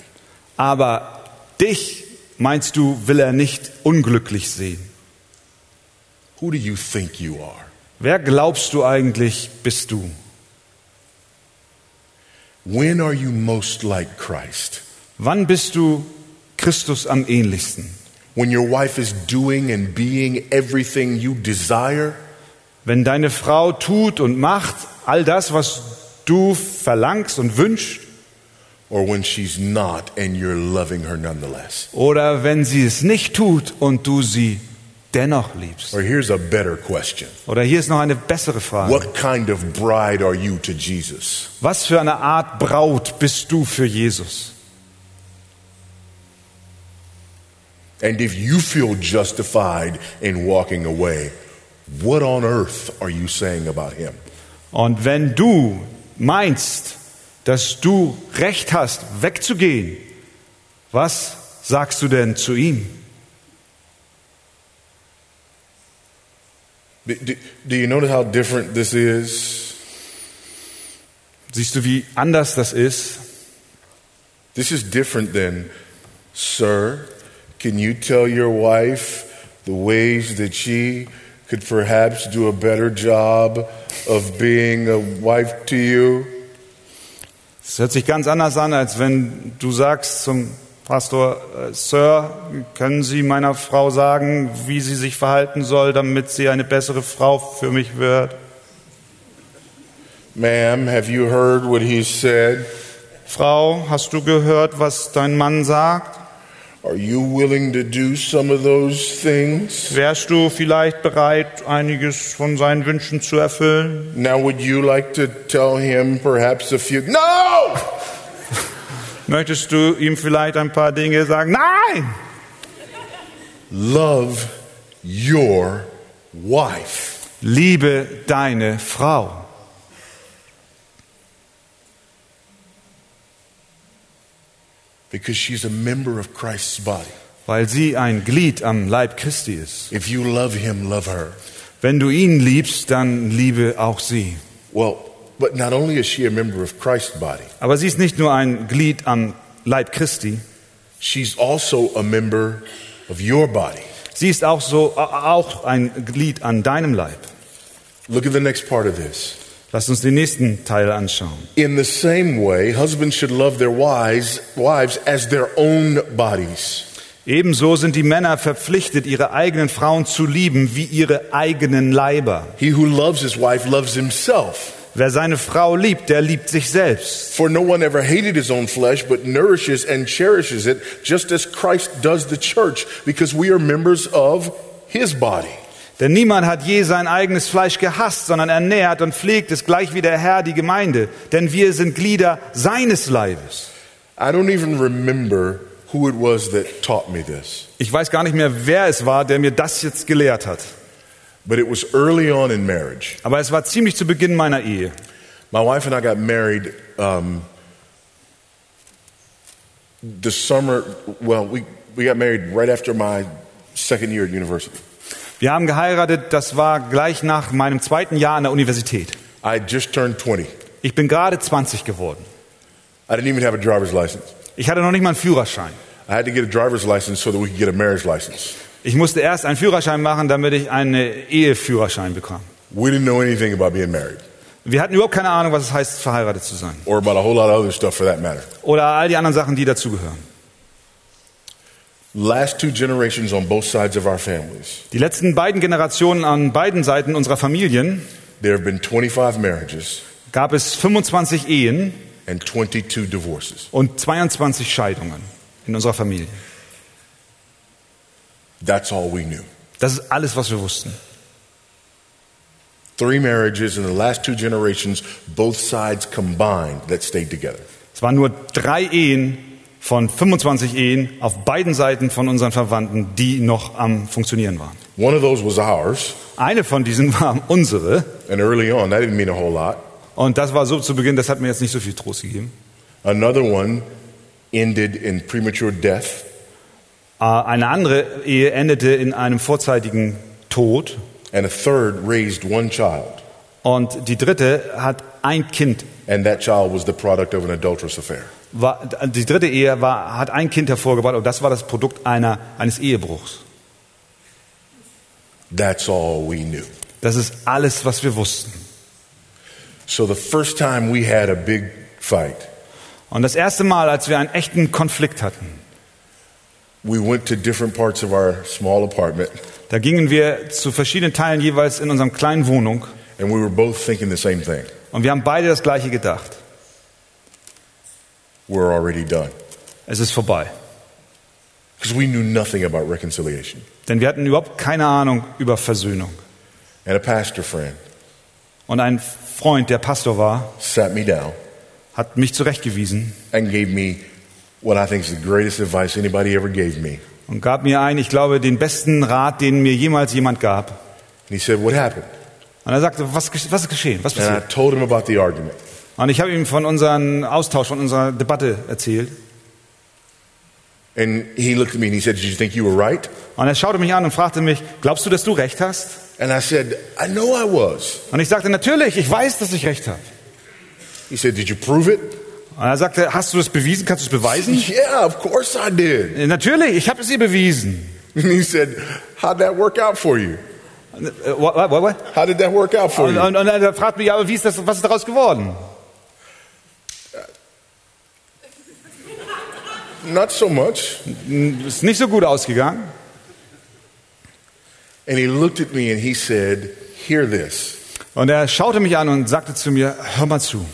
Speaker 2: Aber dich, meinst du, will er nicht unglücklich sehen.
Speaker 1: Who do you think you are?
Speaker 2: Wer glaubst du eigentlich bist du?
Speaker 1: When are you most like Christ?
Speaker 2: Wann bist du Christus am ähnlichsten?
Speaker 1: When your wife is doing and being everything you desire?
Speaker 2: Wenn deine Frau tut und macht all das, was du verlangst und wünschst,
Speaker 1: Or when she's not and you're loving her nonetheless?
Speaker 2: oder wenn sie es nicht tut und du sie dennoch liebst?
Speaker 1: Or here's a better question
Speaker 2: Oder hier ist noch eine bessere Frage.
Speaker 1: What kind of bride are you to Jesus?
Speaker 2: Was für eine Art Braut bist du für Jesus?
Speaker 1: And if you feel justified in walking away, what on earth are you saying about him?
Speaker 2: Und wenn du meinst, dass du Recht hast, wegzugehen, was sagst du denn zu ihm?
Speaker 1: Do, do- do you notice how different this is?
Speaker 2: Siehst du, wie anders das ist?
Speaker 1: This is different than, sir, can you tell your wife the ways that she could perhaps do a better job of being a wife to you?
Speaker 2: Das hört sich ganz anders an, als wenn du sagst zum Pastor, äh, Sir, können Sie meiner Frau sagen, wie sie sich verhalten soll, damit sie eine bessere Frau für mich wird?
Speaker 1: Ma'am, have you heard what he said?
Speaker 2: Frau, hast du gehört, was dein Mann sagt?
Speaker 1: Are you willing to do some of those things?
Speaker 2: Wärst du vielleicht bereit, einiges von seinen Wünschen zu erfüllen?
Speaker 1: Now, would you like to tell him perhaps a few? No!
Speaker 2: Möchtest du ihm vielleicht ein paar Dinge sagen? Nein!
Speaker 1: Love your wife.
Speaker 2: Liebe deine Frau.
Speaker 1: Because she's a member of Christ's body.
Speaker 2: Weil sie ein Glied am Leib Christi ist.
Speaker 1: If you love him, love her.
Speaker 2: Wenn du ihn liebst, dann liebe auch sie.
Speaker 1: Well, but not only is she a member of Christ's body,
Speaker 2: Aber sie ist nicht nur ein Glied am Leib Christi,
Speaker 1: she's also a member of your body.
Speaker 2: sie ist auch, so, auch ein Glied an deinem Leib.
Speaker 1: Look at the next part of this.
Speaker 2: Lass uns den nächsten Teil anschauen.
Speaker 1: In the same way, husbands should love their wives, wives as their own bodies.
Speaker 2: Ebenso sind die Männer verpflichtet, ihre eigenen Frauen zu lieben wie ihre eigenen Leiber.
Speaker 1: He who loves his wife loves himself.
Speaker 2: Wer seine Frau liebt, der liebt sich selbst.
Speaker 1: For no one ever hated his own flesh, but nourishes and cherishes it, just as Christ does the church, because we are members of his body.
Speaker 2: Denn niemand hat je sein eigenes Fleisch gehasst, sondern ernährt und pflegt es gleich wie der Herr die Gemeinde. Denn wir sind Glieder seines Leibes.
Speaker 1: I don't even remember who it was that taught me this.
Speaker 2: Ich weiß gar nicht mehr, wer es war, der mir das jetzt gelehrt hat.
Speaker 1: But it was early on in marriage.
Speaker 2: Aber es war ziemlich zu Beginn meiner Ehe.
Speaker 1: My wife and I got married um, the summer. Well, we, we got married right after my second year at university.
Speaker 2: Wir haben geheiratet, das war gleich nach meinem zweiten Jahr an der Universität.
Speaker 1: I had just turned 20.
Speaker 2: Ich bin gerade 20 geworden.
Speaker 1: I didn't even have a driver's license.
Speaker 2: Ich hatte noch nicht mal einen Führerschein.
Speaker 1: I had to get a driver's license so that we could get a marriage license.
Speaker 2: Ich musste erst einen Führerschein machen, damit ich einen Eheführerschein bekam.
Speaker 1: We didn't know anything about being married
Speaker 2: Wir hatten überhaupt keine Ahnung, was es heißt, verheiratet zu sein.
Speaker 1: or about a whole lot of other stuff for that matter.
Speaker 2: Oder all die anderen Sachen, die dazugehören.
Speaker 1: Last two generations on both sides of our families,
Speaker 2: Die letzten beiden Generationen an beiden Seiten unserer Familien
Speaker 1: there have been 25 marriages
Speaker 2: gab es 25 Ehen
Speaker 1: and 22 divorces.
Speaker 2: und 22 Scheidungen in unserer Familie.
Speaker 1: That's all we knew.
Speaker 2: Das ist alles, was wir wussten.
Speaker 1: Three marriages in the last two generations, both sides combined, that stayed together.
Speaker 2: Es waren nur drei Ehen von 25 Ehen auf beiden Seiten von unseren Verwandten, die noch am Funktionieren waren.
Speaker 1: One of those was ours,
Speaker 2: Eine von diesen war unsere
Speaker 1: and early on, that didn't mean a whole lot.
Speaker 2: und das war so zu Beginn, das hat mir jetzt nicht so viel Trost gegeben.
Speaker 1: Another one ended in premature death,
Speaker 2: Äh, Eine andere Ehe endete in einem vorzeitigen Tod
Speaker 1: and a third raised one child,
Speaker 2: Und die dritte hat ein Kind.
Speaker 1: and that child was the product of an adulterous affair.
Speaker 2: War, die dritte Ehe war, hat ein Kind hervorgebracht und das war das Produkt einer, eines Ehebruchs.
Speaker 1: That's all we knew.
Speaker 2: Das ist alles, was wir wussten.
Speaker 1: So the first time we had a big fight,
Speaker 2: Und das erste Mal, als wir einen echten Konflikt hatten,
Speaker 1: we went to different parts of our small apartment,
Speaker 2: da gingen wir zu verschiedenen Teilen jeweils in unserem kleinen Wohnung
Speaker 1: and we were both thinking the same thing.
Speaker 2: und wir haben beide das Gleiche gedacht.
Speaker 1: We're already done.
Speaker 2: Es ist vorbei.
Speaker 1: Because we knew nothing about reconciliation.
Speaker 2: Denn wir hatten überhaupt keine Ahnung über Versöhnung.
Speaker 1: And a pastor friend
Speaker 2: Und ein Freund, der Pastor war,
Speaker 1: sat me down
Speaker 2: hat mich zurechtgewiesen
Speaker 1: and gave me what I think is the greatest advice anybody ever gave me. And
Speaker 2: und gab mir einen, ich glaube, den besten Rat, den mir jemals jemand gab.
Speaker 1: he said, What happened?
Speaker 2: Und er sagte, was, gesch- was ist geschehen? Was
Speaker 1: And I
Speaker 2: passiert?
Speaker 1: told him about the argument.
Speaker 2: Und ich habe ihm von unserem Austausch, von unserer Debatte erzählt.
Speaker 1: And he looked at me and he said, Did you think you were right?
Speaker 2: Und er schaute mich an und fragte mich, glaubst du, dass du recht hast?
Speaker 1: And I said, I know I was.
Speaker 2: Und ich sagte, natürlich, ich weiß, dass ich recht habe.
Speaker 1: He said, Did you prove it?
Speaker 2: Und er sagte, hast du das bewiesen? Kannst du es beweisen?
Speaker 1: Yeah, of course I did.
Speaker 2: Äh, Natürlich, ich habe es ihr bewiesen.
Speaker 1: And he said, How'd that work out for you?
Speaker 2: Äh, what, what, what?
Speaker 1: How did that work out for
Speaker 2: Und,
Speaker 1: you?
Speaker 2: und, und er fragt mich, ja, aber wie ist das, was ist daraus geworden?
Speaker 1: Not so much.
Speaker 2: N- Ist nicht so gut ausgegangen.
Speaker 1: And he looked at me and he said, Hear this.
Speaker 2: Und er schaute mich an und sagte zu mir, hör mal zu.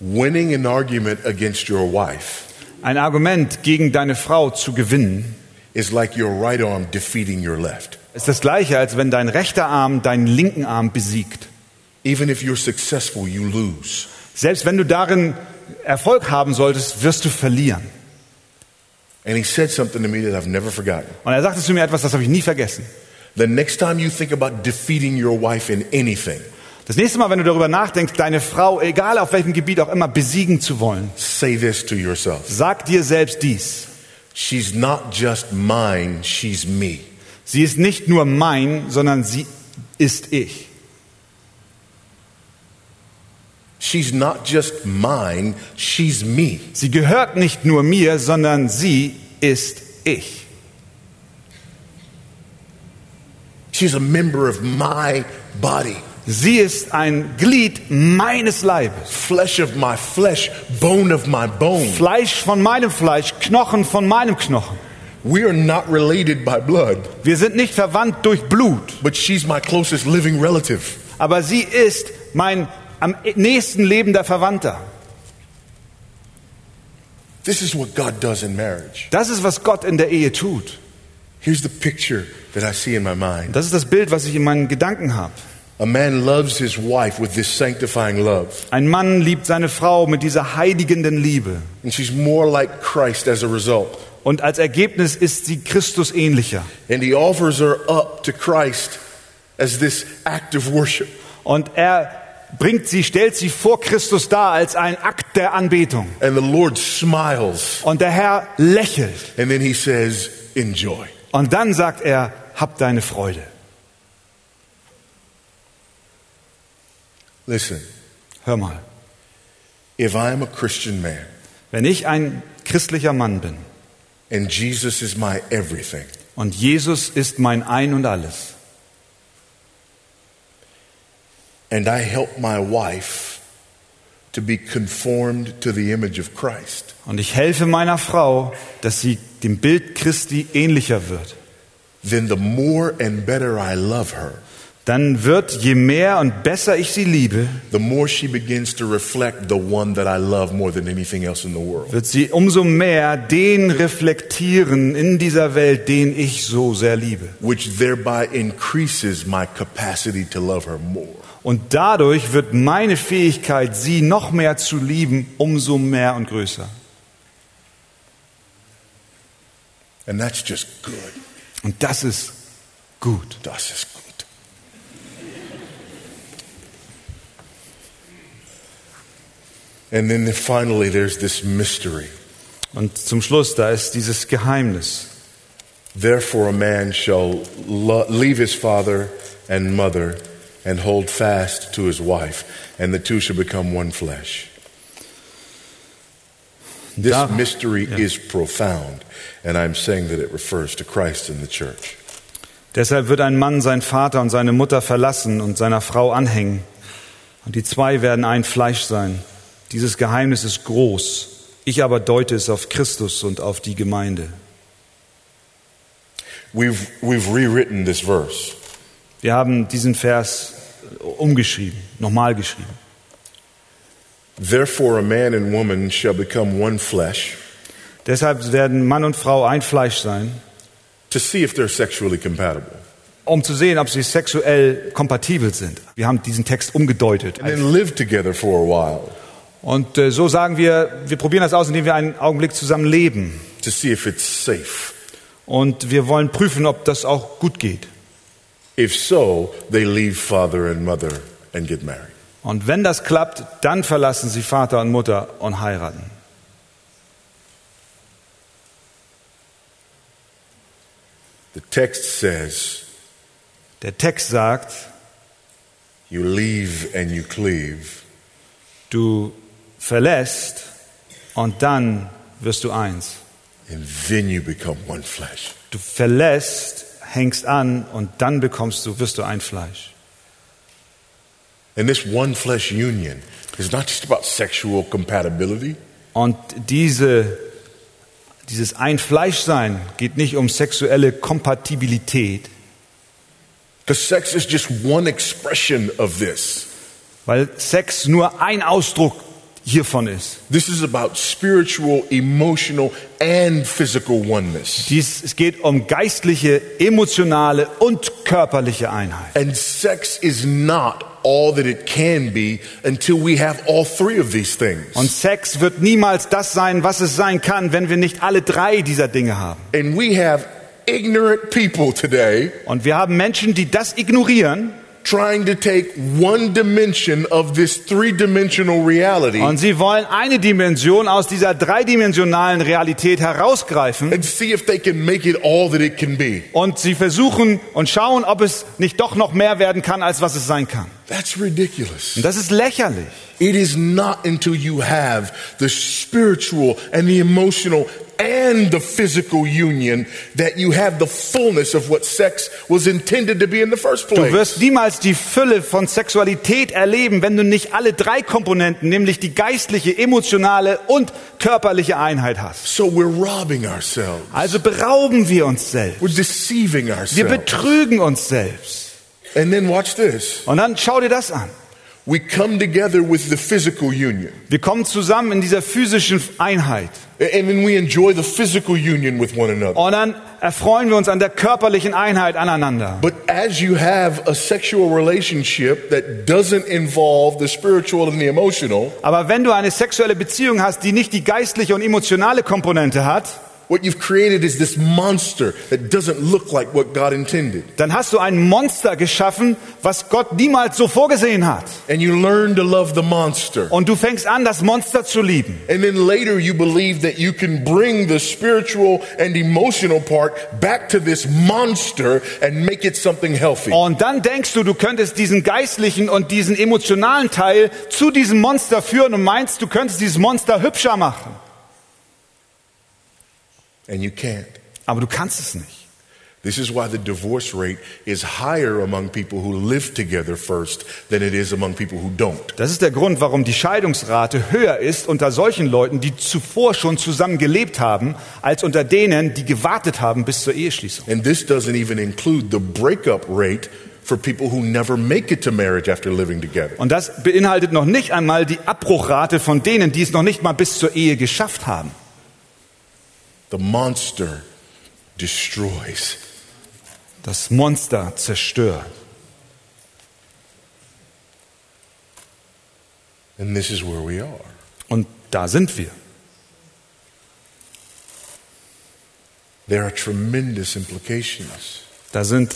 Speaker 1: Winning an argument against your wife
Speaker 2: Ein Argument gegen deine Frau zu gewinnen,
Speaker 1: is like your right arm defeating your left.
Speaker 2: ist das gleiche, als wenn dein rechter Arm deinen linken Arm besiegt.
Speaker 1: Even if you're successful, you lose.
Speaker 2: Selbst wenn du darin Erfolg haben solltest, wirst du verlieren.
Speaker 1: And he said something to me that I've never forgotten.
Speaker 2: Und er sagte zu mir etwas, das habe ich nie vergessen.
Speaker 1: The next time you think about defeating your wife in anything,
Speaker 2: Das nächste Mal, wenn du darüber nachdenkst, deine Frau, egal auf welchem Gebiet auch immer, besiegen zu wollen,
Speaker 1: say this to yourself
Speaker 2: sag dir selbst dies.
Speaker 1: She's not just mine, she's me.
Speaker 2: Sie ist nicht nur mein, sondern sie ist ich.
Speaker 1: She's not just mine, she's me.
Speaker 2: Sie gehört nicht nur mir, sondern sie ist ich.
Speaker 1: She's a member of my body,
Speaker 2: Sie ist ein Glied meines Leibes.
Speaker 1: flesh of my flesh, bone of my bone.
Speaker 2: Fleisch von meinem Fleisch, Knochen von meinem Knochen.
Speaker 1: We are not related by blood,
Speaker 2: Wir sind nicht verwandt durch Blut,
Speaker 1: but she's my closest living relative.
Speaker 2: aber sie ist mein am nächsten lebender Verwandter.
Speaker 1: This is what God does in marriage.
Speaker 2: Das ist, was Gott in der Ehe tut.
Speaker 1: Here's the picture that I see in my mind.
Speaker 2: Das ist das Bild, was ich in meinen Gedanken habe.
Speaker 1: A man loves his wife with this sanctifying love,
Speaker 2: Ein Mann liebt seine Frau mit dieser heiligenden Liebe.
Speaker 1: and she's more like Christ as a result.
Speaker 2: Und als Ergebnis ist sie Christus ähnlicher.
Speaker 1: And he offers her up to Christ as this act of worship.
Speaker 2: Und er bringt sie, stellt sie vor Christus dar als ein Akt der Anbetung.
Speaker 1: And the Lord smiles,
Speaker 2: Und der Herr lächelt.
Speaker 1: and then he says, Enjoy.
Speaker 2: Und dann sagt er, hab deine Freude.
Speaker 1: Listen,
Speaker 2: Hör mal,
Speaker 1: if I'm a Christian man
Speaker 2: wenn ich ein christlicher Mann bin
Speaker 1: and Jesus is my everything,
Speaker 2: und Jesus ist mein Ein und alles
Speaker 1: and I help my wife to be conformed to the image of Christ,
Speaker 2: und ich helfe meiner Frau, dass sie dem Bild Christi ähnlicher wird,
Speaker 1: then the more and better I love her,
Speaker 2: dann wird je mehr und besser ich sie liebe,
Speaker 1: the more she begins to reflect the one that I love more than anything else in the world.
Speaker 2: wird sie umso mehr den reflektieren in dieser Welt, den ich so sehr liebe.
Speaker 1: Which thereby increases my capacity to love her more.
Speaker 2: Und dadurch wird meine Fähigkeit, sie noch mehr zu lieben, umso mehr und größer.
Speaker 1: And that's just good.
Speaker 2: Und das ist gut.
Speaker 1: Das ist gut. And then finally, there's this mystery.
Speaker 2: Und zum Schluss, da ist dieses Geheimnis.
Speaker 1: Therefore, a man shall lo- leave his father and mother and hold fast to his wife, and the two shall become one flesh. This
Speaker 2: Da-
Speaker 1: mystery is profound, and I'm saying that it refers to Christ and the church.
Speaker 2: Deshalb wird ein Mann seinen Vater und seine Mutter verlassen und seiner Frau anhängen. Und die zwei werden ein Fleisch sein. Dieses Geheimnis ist groß. Ich aber deute es auf Christus und auf die Gemeinde.
Speaker 1: We've, we've rewritten this verse.
Speaker 2: Wir haben diesen Vers umgeschrieben, nochmal geschrieben.
Speaker 1: Therefore, a man and woman shall become one flesh
Speaker 2: Deshalb werden Mann und Frau ein Fleisch sein,
Speaker 1: to see if they're sexually compatible,
Speaker 2: um zu sehen, ob sie sexuell kompatibel sind. Wir haben diesen Text umgedeutet.
Speaker 1: and then live together for a while
Speaker 2: Und äh, so sagen wir, wir probieren das aus, indem wir einen Augenblick zusammen leben.
Speaker 1: to see if it's safe.
Speaker 2: Und wir wollen prüfen, ob das auch gut geht.
Speaker 1: If so, they leave father and mother and get married.
Speaker 2: Und wenn das klappt, dann verlassen sie Vater und Mutter und heiraten.
Speaker 1: The text says,
Speaker 2: Der Text sagt,
Speaker 1: You leave and you cleave.
Speaker 2: du verlässt und dann wirst du eins.
Speaker 1: and then you become one flesh.
Speaker 2: Du verlässt, hängst an und dann bekommst du, wirst du ein Fleisch.
Speaker 1: And this one flesh union is not just about sexual compatibility,
Speaker 2: Und diese, dieses Ein-Fleisch-Sein geht nicht um sexuelle Kompatibilität,
Speaker 1: because sex is just one expression of this.
Speaker 2: weil Sex nur ein Ausdruck hiervon ist.
Speaker 1: This is about spiritual, emotional, and physical oneness.
Speaker 2: Dies, es geht um geistliche, emotionale und körperliche Einheit.
Speaker 1: And sex is not all that it can be until we have all three of these
Speaker 2: Und
Speaker 1: things.
Speaker 2: Sex wird niemals das sein, was es sein kann, wenn wir nicht alle drei dieser Dinge haben.
Speaker 1: And we have ignorant people today
Speaker 2: Und wir haben Menschen, die das ignorieren
Speaker 1: trying to take one dimension of this three dimensional reality
Speaker 2: und sie wollen eine Dimension aus dieser dreidimensionalen Realität herausgreifen
Speaker 1: and see if they can make it all that it can be.
Speaker 2: und sie versuchen und schauen, ob es nicht doch noch mehr werden kann, als was es sein kann.
Speaker 1: That's ridiculous.
Speaker 2: Und das ist lächerlich.
Speaker 1: It is not until you have the spiritual and the emotional and the physical union that you have the fullness of what sex was intended to be in the first
Speaker 2: Du
Speaker 1: place.
Speaker 2: wirst niemals die Fülle von Sexualität erleben, wenn du nicht alle drei Komponenten, nämlich die geistliche, emotionale und körperliche Einheit hast.
Speaker 1: So we're robbing ourselves.
Speaker 2: Also berauben wir uns selbst.
Speaker 1: We're deceiving
Speaker 2: Wir
Speaker 1: ourselves.
Speaker 2: betrügen uns selbst.
Speaker 1: And then watch this.
Speaker 2: Und dann schau dir das an.
Speaker 1: We come together with the physical union.
Speaker 2: Wir kommen zusammen in dieser physischen Einheit.
Speaker 1: And then we enjoy the physical union with one another.
Speaker 2: Und dann erfreuen wir uns an der körperlichen Einheit aneinander.
Speaker 1: But as you have a sexual relationship that doesn't involve the spiritual and the emotional,
Speaker 2: Aber wenn du eine sexuelle Beziehung hast, die nicht die geistliche und emotionale Komponente hat,
Speaker 1: What you've created is this monster that doesn't look like what God intended.
Speaker 2: dann hast du ein Monster geschaffen, was Gott niemals so vorgesehen hat.
Speaker 1: And you learn to love the monster.
Speaker 2: Und du fängst an, das Monster zu lieben.
Speaker 1: And then later you believe that you can bring the spiritual and emotional part back to this monster and make it something healthy.
Speaker 2: Und dann denkst du, du könntest diesen geistlichen und diesen emotionalen Teil zu diesem Monster führen und meinst, du könntest dieses Monster hübscher machen.
Speaker 1: And you can't.
Speaker 2: Aber du kannst es nicht.
Speaker 1: This is why the divorce rate is higher among people who live together first than it is among people who don't.
Speaker 2: Das ist der Grund, warum die Scheidungsrate höher ist unter solchen Leuten, die zuvor schon zusammen gelebt haben, als unter denen, die gewartet haben bis zur Eheschließung.
Speaker 1: And this doesn't even include the breakup rate for people who never make it to marriage after living together.
Speaker 2: Und das beinhaltet noch nicht einmal die Abbruchrate von denen, die es noch nicht mal bis zur Ehe geschafft haben.
Speaker 1: The monster destroys.
Speaker 2: Das Monster zerstört.
Speaker 1: And this is where we are.
Speaker 2: Und da sind wir.
Speaker 1: There are tremendous implications.
Speaker 2: Da sind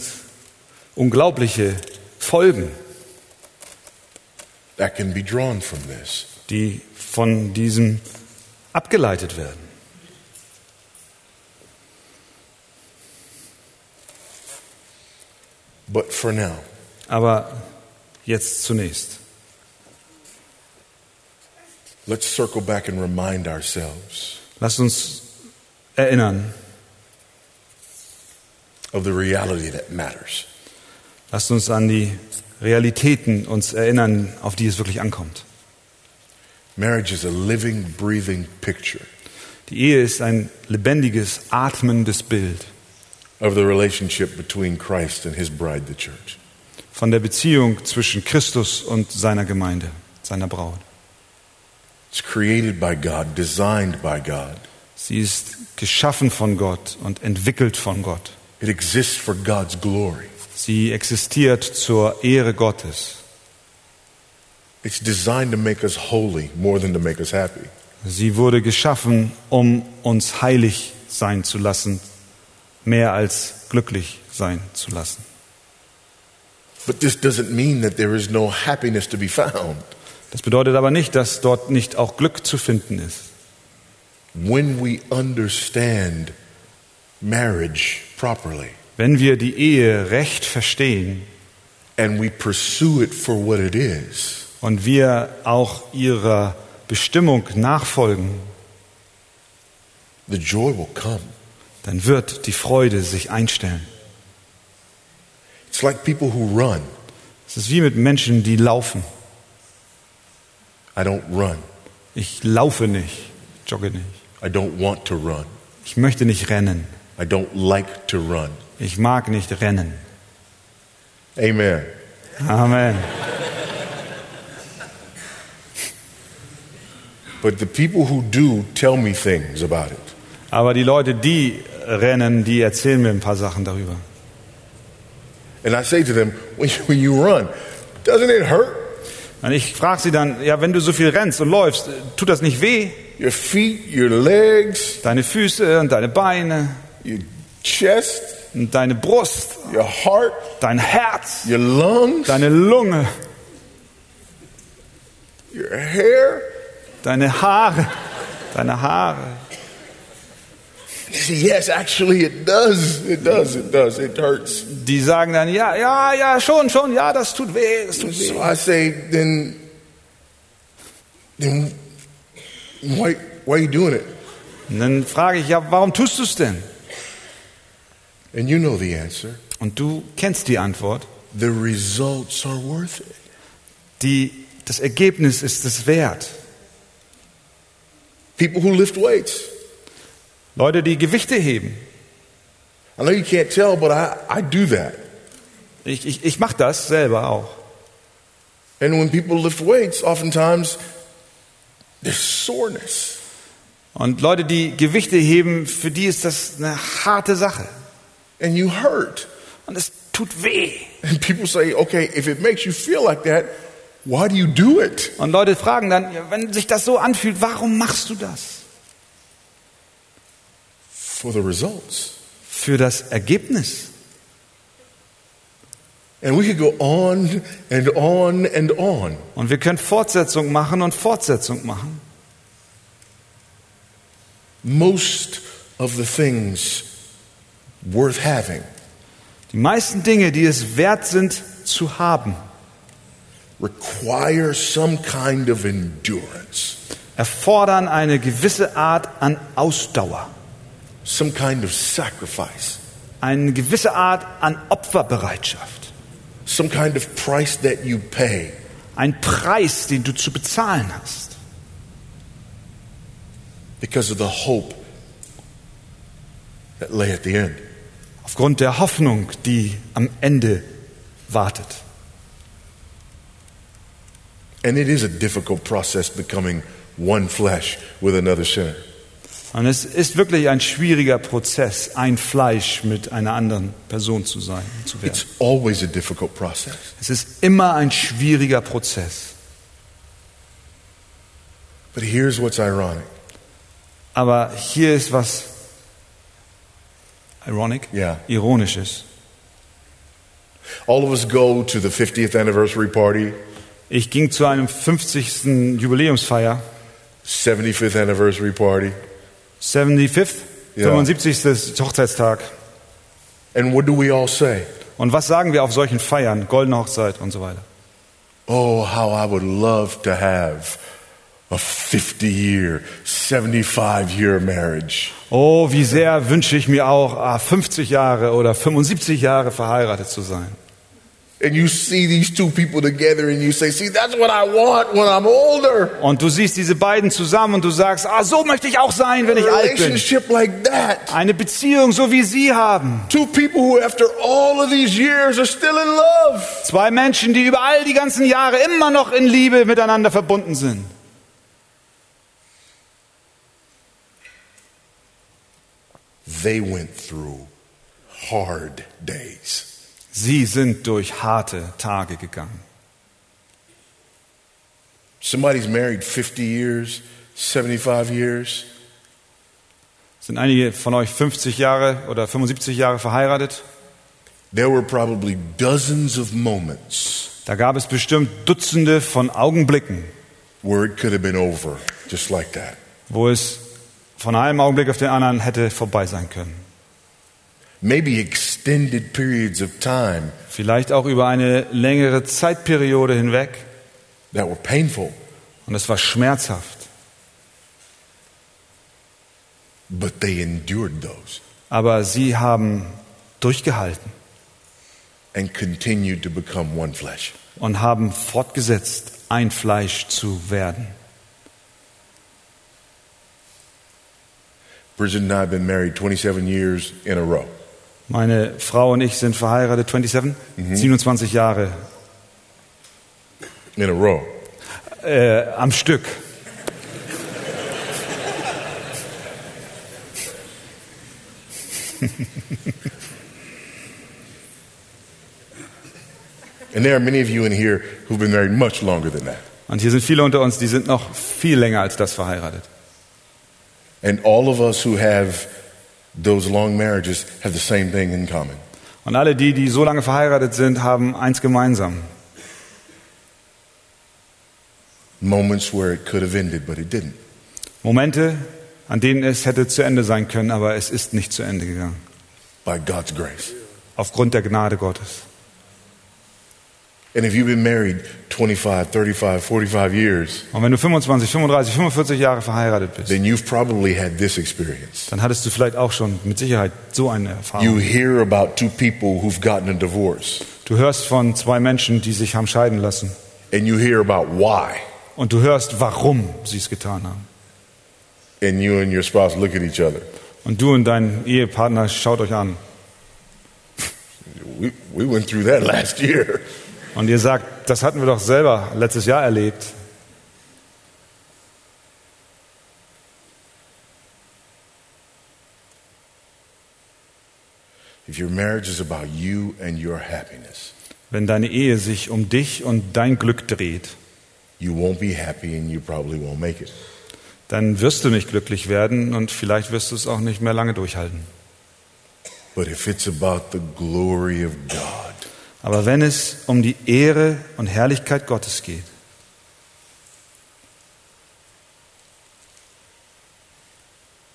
Speaker 2: unglaubliche Folgen,
Speaker 1: That can be drawn from this.
Speaker 2: die von diesem abgeleitet werden.
Speaker 1: But for now,
Speaker 2: Aber jetzt zunächst.
Speaker 1: Let's circle back and remind ourselves
Speaker 2: Lasst uns erinnern.
Speaker 1: of the reality that matters.
Speaker 2: Lasst uns an die Realitäten uns erinnern, auf die es wirklich ankommt.
Speaker 1: Marriage is a living, breathing picture
Speaker 2: Die Ehe ist ein lebendiges, atmendes Bild
Speaker 1: of the relationship between Christ and his bride, the church.
Speaker 2: von der Beziehung zwischen Christus und seiner Gemeinde, seiner Braut.
Speaker 1: It's created by God, designed by God.
Speaker 2: Sie ist geschaffen von Gott und entwickelt von Gott.
Speaker 1: It exists for God's glory.
Speaker 2: Sie existiert zur Ehre Gottes.
Speaker 1: It's designed to make us holy more than to make us happy.
Speaker 2: Sie wurde geschaffen, um uns heilig sein zu lassen, mehr als glücklich sein zu lassen.
Speaker 1: But this doesn't mean that there is no happiness to be found.
Speaker 2: Das bedeutet aber nicht, dass dort nicht auch Glück zu finden ist.
Speaker 1: When we understand marriage properly
Speaker 2: Wenn wir die Ehe recht verstehen
Speaker 1: and we pursue it for what it is,
Speaker 2: und wir auch ihrer Bestimmung nachfolgen,
Speaker 1: the joy will come.
Speaker 2: dann wird die Freude sich einstellen.
Speaker 1: It's like people who run.
Speaker 2: Es ist wie mit Menschen, die laufen.
Speaker 1: I don't run.
Speaker 2: Ich laufe nicht, jogge nicht.
Speaker 1: I don't want to run.
Speaker 2: Ich möchte nicht rennen.
Speaker 1: I don't like to run.
Speaker 2: Ich mag nicht rennen.
Speaker 1: Amen.
Speaker 2: Amen.
Speaker 1: But the people who do tell me things about it.
Speaker 2: Aber die Leute, die rennen, die erzählen mir ein paar Sachen darüber.
Speaker 1: And I say to them, when you, when you run, doesn't it hurt?
Speaker 2: Und ich frage sie dann, ja, wenn du so viel rennst und läufst, tut das nicht weh?
Speaker 1: Your feet, your legs,
Speaker 2: Deine Füße und deine Beine
Speaker 1: your chest,
Speaker 2: und deine Brust,
Speaker 1: your heart,
Speaker 2: dein Herz,
Speaker 1: your lungs,
Speaker 2: deine Lunge,
Speaker 1: your hair.
Speaker 2: deine Haare, deine Haare.
Speaker 1: They say, yes, actually, it does. It does. It does. It hurts.
Speaker 2: Die sagen dann, ja, ja, ja, schon, schon, ja, das tut weh, das tut weh.
Speaker 1: So I say, then, then, why, why are you doing it?
Speaker 2: Und dann frage ich, ja, warum tust du es denn?
Speaker 1: And you know the answer.
Speaker 2: Und du kennst die Antwort.
Speaker 1: The results are worth it.
Speaker 2: Die, das Ergebnis ist es wert.
Speaker 1: People who lift weights.
Speaker 2: Leute, die Gewichte heben.
Speaker 1: I know you can't tell, but I, I do that.
Speaker 2: Ich, ich, ich mache das selber auch.
Speaker 1: And when people lift weights, oftentimes there's soreness.
Speaker 2: Und Leute, die Gewichte heben, für die ist das eine harte Sache.
Speaker 1: And you hurt.
Speaker 2: Und es tut weh.
Speaker 1: And people say, okay, if it makes you feel like that, why do you do it?
Speaker 2: Und Leute fragen dann, ja, wenn sich das so anfühlt, warum machst du das?
Speaker 1: For the results.
Speaker 2: Für das Ergebnis.
Speaker 1: And we could go on and on and on.
Speaker 2: Und wir können Fortsetzung machen und Fortsetzung machen.
Speaker 1: Most of the things worth having
Speaker 2: Die meisten Dinge, die es wert sind zu haben,
Speaker 1: require some kind of endurance,
Speaker 2: erfordern eine gewisse Art an Ausdauer,
Speaker 1: some kind of sacrifice,
Speaker 2: eine gewisse Art an Opferbereitschaft,
Speaker 1: some kind of price that you pay.
Speaker 2: ein Preis, den du zu bezahlen hast,
Speaker 1: because of the hope that lay at the end.
Speaker 2: aufgrund der Hoffnung, die am Ende wartet.
Speaker 1: And it is a difficult process becoming one flesh with another sinner.
Speaker 2: Und es ist wirklich ein schwieriger Prozess, ein Fleisch mit einer anderen Person zu sein, zu werden.
Speaker 1: It's always a difficult process,
Speaker 2: Es ist immer ein schwieriger Prozess.
Speaker 1: but here's what's ironic.
Speaker 2: Aber hier ist was ironic,
Speaker 1: Ja.
Speaker 2: ironisches.
Speaker 1: All of us go to the 50th anniversary party,
Speaker 2: Ich ging zu einem 50. Jubiläumsfeier,
Speaker 1: 75th anniversary party,
Speaker 2: 75.
Speaker 1: Ja.
Speaker 2: 75. Hochzeitstag.
Speaker 1: and what do we all say?
Speaker 2: Und was sagen wir auf solchen Feiern, goldene Hochzeit und so weiter?
Speaker 1: Oh, how I would love to have a 50 year, 75 year marriage.
Speaker 2: Oh, wie sehr wünsche ich mir auch, ah, 50 Jahre oder 75 Jahre verheiratet zu sein.
Speaker 1: And you see these two people together and you say, see, that's what I want when I'm older.
Speaker 2: Und du siehst diese beiden zusammen und du sagst, ah, so möchte ich auch sein, wenn
Speaker 1: A
Speaker 2: ich alt bin.
Speaker 1: relationship like that.
Speaker 2: Eine Beziehung, so wie sie haben.
Speaker 1: Two people who, after all of these years, are still in love.
Speaker 2: Zwei Menschen, die über all die ganzen Jahre immer noch in Liebe miteinander verbunden sind.
Speaker 1: They went through hard days.
Speaker 2: Sie sind durch harte Tage gegangen.
Speaker 1: Somebody's married 50 years, 75 years.
Speaker 2: Sind einige von euch 50 Jahre oder 75 Jahre verheiratet?
Speaker 1: There were probably dozens of moments
Speaker 2: Da gab es bestimmt Dutzende von Augenblicken,
Speaker 1: where it could have been over just like that.
Speaker 2: wo es von einem Augenblick auf den anderen hätte vorbei sein können.
Speaker 1: Maybe extended periods of time
Speaker 2: Vielleicht auch über eine längere Zeitperiode hinweg.
Speaker 1: that were painful,
Speaker 2: Und es war schmerzhaft.
Speaker 1: but they endured those
Speaker 2: Aber sie haben durchgehalten
Speaker 1: and continued to become one flesh.
Speaker 2: und haben fortgesetzt, ein Fleisch zu werden.
Speaker 1: Bridget and I have been married 27 years in a row.
Speaker 2: Meine Frau und ich sind verheiratet, 27, 27 Jahre
Speaker 1: In a row.
Speaker 2: äh, am Stück.
Speaker 1: And there are many of you in here who've been married much longer than that.
Speaker 2: Und hier sind viele unter uns, die sind noch viel länger als das verheiratet.
Speaker 1: And all of us who have those long marriages have the same thing in common.
Speaker 2: Und alle die, die so lange verheiratet sind, haben eins gemeinsam.
Speaker 1: Moments where it could have ended, but it didn't.
Speaker 2: Momente, an denen es hätte zu Ende sein können, aber es ist nicht zu Ende gegangen.
Speaker 1: By God's grace.
Speaker 2: Aufgrund der Gnade Gottes.
Speaker 1: And if you've been married 25, 35, 45 years,
Speaker 2: Und wenn du 25, 35, 45 Jahre verheiratet bist,
Speaker 1: then you've probably had this experience.
Speaker 2: dann hattest du vielleicht auch schon mit Sicherheit so eine
Speaker 1: You
Speaker 2: Erfahrung.
Speaker 1: hear about two people who've gotten a divorce,
Speaker 2: Du hörst von zwei Menschen, die sich haben scheiden lassen.
Speaker 1: and you hear about why.
Speaker 2: Und du hörst, warum sie es getan haben.
Speaker 1: And you and your spouse look at each other.
Speaker 2: Und du und dein Ehepartner schaut euch an.
Speaker 1: We, we went through that last year.
Speaker 2: Und ihr sagt, das hatten wir doch selber letztes Jahr erlebt.
Speaker 1: If your marriage is about you and your happiness,
Speaker 2: Wenn deine Ehe sich um dich und dein Glück dreht,
Speaker 1: you won't be happy and you probably won't make it.
Speaker 2: dann wirst du nicht glücklich werden und vielleicht wirst du es auch nicht mehr lange durchhalten.
Speaker 1: But if it's about the glory of God,
Speaker 2: Aber wenn es um die Ehre und Herrlichkeit Gottes geht,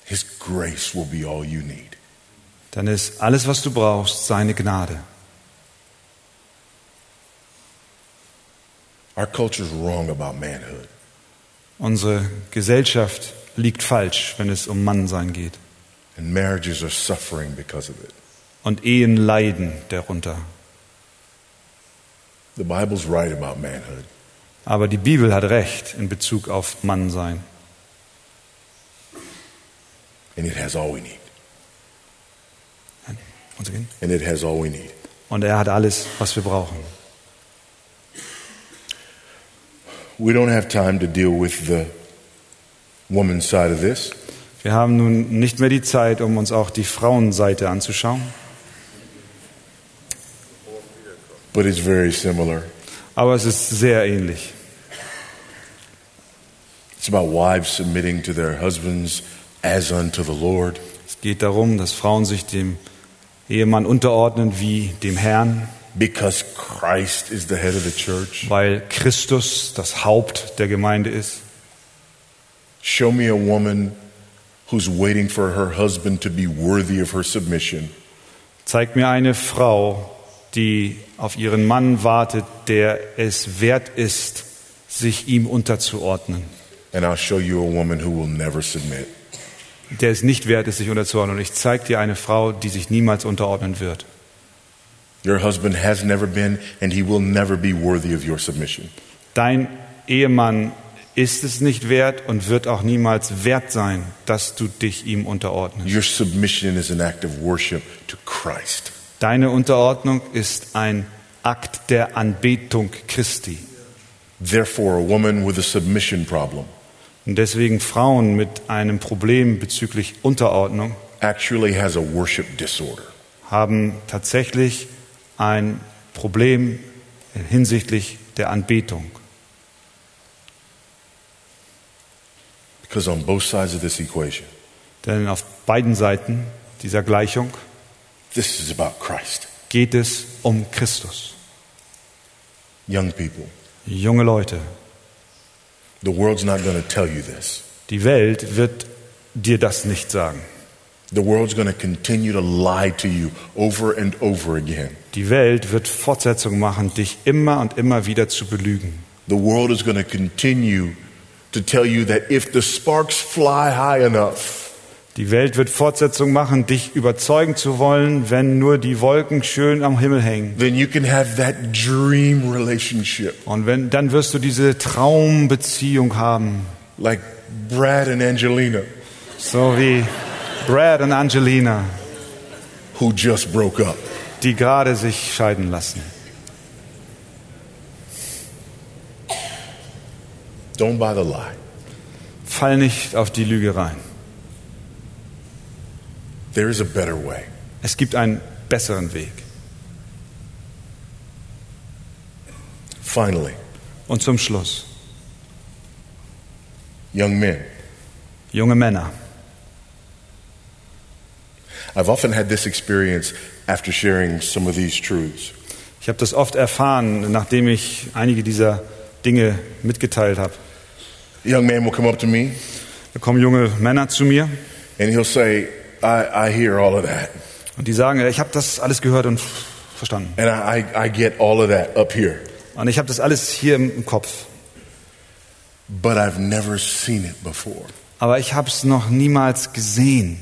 Speaker 1: His grace will be all you need.
Speaker 2: dann ist alles, was du brauchst, seine Gnade.
Speaker 1: Our culture's wrong about manhood.
Speaker 2: Unsere Gesellschaft liegt falsch, wenn es um Mannsein geht.
Speaker 1: And marriages are suffering because of it.
Speaker 2: Und Ehen leiden darunter.
Speaker 1: The Bible's right about manhood.
Speaker 2: Aber die Bibel hat recht in Bezug auf Mannsein.
Speaker 1: And it has all we need.
Speaker 2: Once again.
Speaker 1: And it has all we need.
Speaker 2: Und er hat alles, was wir brauchen.
Speaker 1: We don't have time to deal with the woman's side of this,
Speaker 2: Wir haben nun nicht mehr die Zeit, um uns auch die Frauenseite anzuschauen,
Speaker 1: but it's very similar.
Speaker 2: aber es ist sehr ähnlich.
Speaker 1: It's about wives submitting to their husbands as unto the Lord.
Speaker 2: Es geht darum, dass Frauen sich dem Ehemann unterordnen wie dem Herrn,
Speaker 1: Because Christ is the head of the church.
Speaker 2: weil Christus das Haupt der Gemeinde ist.
Speaker 1: Show me a woman who's waiting for her husband to be worthy of her submission
Speaker 2: Zeig mir eine Frau, die auf ihren Mann wartet, der es wert ist, sich ihm unterzuordnen,
Speaker 1: And I'll show you a woman who will never submit.
Speaker 2: der es nicht wert ist, sich unterzuordnen. Und ich zeige dir eine Frau, die sich niemals unterordnen wird.
Speaker 1: Your husband has never been, and he will never be worthy of your submission.
Speaker 2: Dein Ehemann ist es nicht wert und wird auch niemals wert sein, dass du dich ihm unterordnest.
Speaker 1: Your submission is an act of worship to Christ.
Speaker 2: Deine Unterordnung ist ein Akt der Anbetung Christi.
Speaker 1: Therefore, a woman with a submission problem
Speaker 2: Und deswegen Frauen mit einem Problem bezüglich Unterordnung
Speaker 1: actually has a worship disorder.
Speaker 2: haben tatsächlich ein Problem hinsichtlich der Anbetung.
Speaker 1: Because on both sides of this equation,
Speaker 2: Denn auf beiden Seiten dieser Gleichung
Speaker 1: this is about Christ.
Speaker 2: geht es um Christus.
Speaker 1: Young people,
Speaker 2: Junge Leute,
Speaker 1: the world's not going to tell you this.
Speaker 2: die Welt wird dir das nicht sagen.
Speaker 1: The world's going to continue to lie to you over and over again.
Speaker 2: Die Welt wird Fortsetzung machen, dich immer und immer wieder zu belügen.
Speaker 1: The world is going to continue to tell you that if the sparks fly high enough,
Speaker 2: Die Welt wird Fortsetzung machen, dich überzeugen zu wollen, wenn nur die Wolken schön am Himmel hängen.
Speaker 1: then you can have that dream relationship
Speaker 2: Und wenn, dann wirst du diese Traumbeziehung haben,
Speaker 1: like Brad and Angelina,
Speaker 2: so wie Brad und Angelina,
Speaker 1: who just broke up.
Speaker 2: die gerade sich scheiden lassen.
Speaker 1: Don't buy the lie.
Speaker 2: Fall nicht auf die Lüge rein.
Speaker 1: There is a better way.
Speaker 2: Es gibt einen besseren Weg.
Speaker 1: Finally,
Speaker 2: Und zum Schluss,
Speaker 1: young men,
Speaker 2: junge Männer.
Speaker 1: I've often had this experience after sharing some of these truths.
Speaker 2: Ich habe das oft erfahren, nachdem ich einige dieser Dinge mitgeteilt habe.
Speaker 1: A young man will come up to me
Speaker 2: Da kommen junge Männer zu mir
Speaker 1: and he'll say, I, I hear all of that.
Speaker 2: und die sagen, ich habe das alles gehört und verstanden.
Speaker 1: And I, I, I get all of that up here,
Speaker 2: Und ich habe das alles hier im im Kopf.
Speaker 1: but I've never seen it before.
Speaker 2: Aber ich habe es noch niemals gesehen.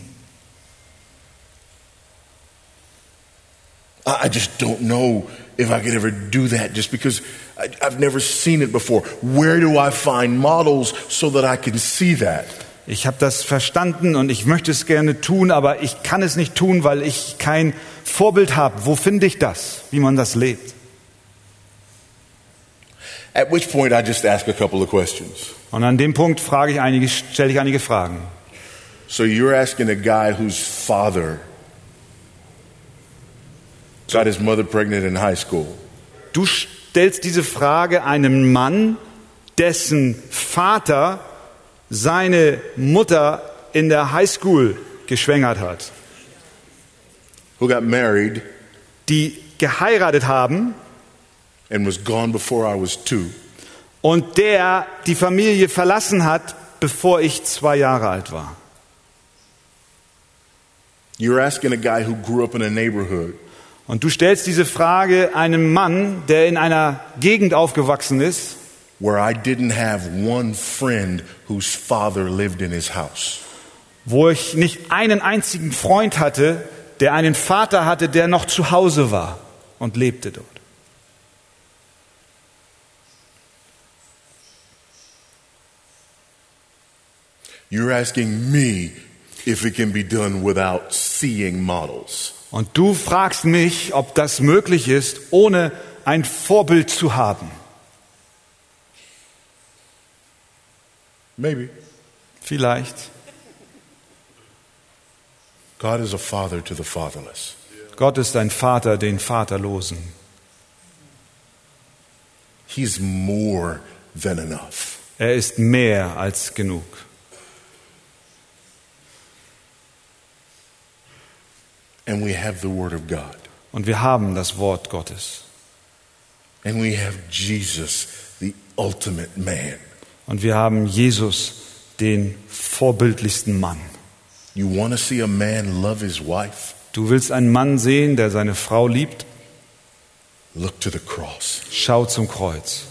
Speaker 1: I, I just don't know if I could ever do that just because I, I've never seen it before. Where do I find models so that I can see that?
Speaker 2: Ich habe das verstanden und ich möchte es gerne tun, aber ich kann es nicht tun, weil ich kein Vorbild habe. Wo finde ich das, wie man das lebt?
Speaker 1: At which point, I just ask a couple of questions.
Speaker 2: Und an dem Punkt frage ich einige, stelle ich einige Fragen.
Speaker 1: So you're asking a guy whose father got his mother pregnant in high school.
Speaker 2: Du stellst diese Frage einem Mann, dessen Vater seine Mutter in der Highschool geschwängert hat,
Speaker 1: who got married
Speaker 2: die geheiratet haben
Speaker 1: and was gone before I was two,
Speaker 2: und der die Familie verlassen hat, bevor ich zwei Jahre alt war.
Speaker 1: you're asking a guy who grew up in a neighborhood
Speaker 2: Und du stellst diese Frage einem Mann, der in einer Gegend aufgewachsen ist,
Speaker 1: where I didn't have one friend whose father lived in his house.
Speaker 2: wo ich nicht einen einzigen Freund hatte, der einen Vater hatte, der noch zu Hause war und lebte dort.
Speaker 1: You're asking me if it can be done without seeing models.
Speaker 2: Und du fragst mich, ob das möglich ist, ohne ein Vorbild zu haben.
Speaker 1: Maybe.
Speaker 2: Vielleicht.
Speaker 1: God is a father to the fatherless.
Speaker 2: Gott ist ein Vater den Vaterlosen.
Speaker 1: He's more than enough.
Speaker 2: Er ist mehr als genug.
Speaker 1: And we have the Word of God.
Speaker 2: Und wir haben das Wort Gottes.
Speaker 1: And we have Jesus, the ultimate man.
Speaker 2: Und wir haben Jesus, den vorbildlichsten Mann.
Speaker 1: You want to see a man love his wife?
Speaker 2: Du willst einen Mann sehen, der seine Frau liebt?
Speaker 1: Look to the cross.
Speaker 2: Schau zum Kreuz.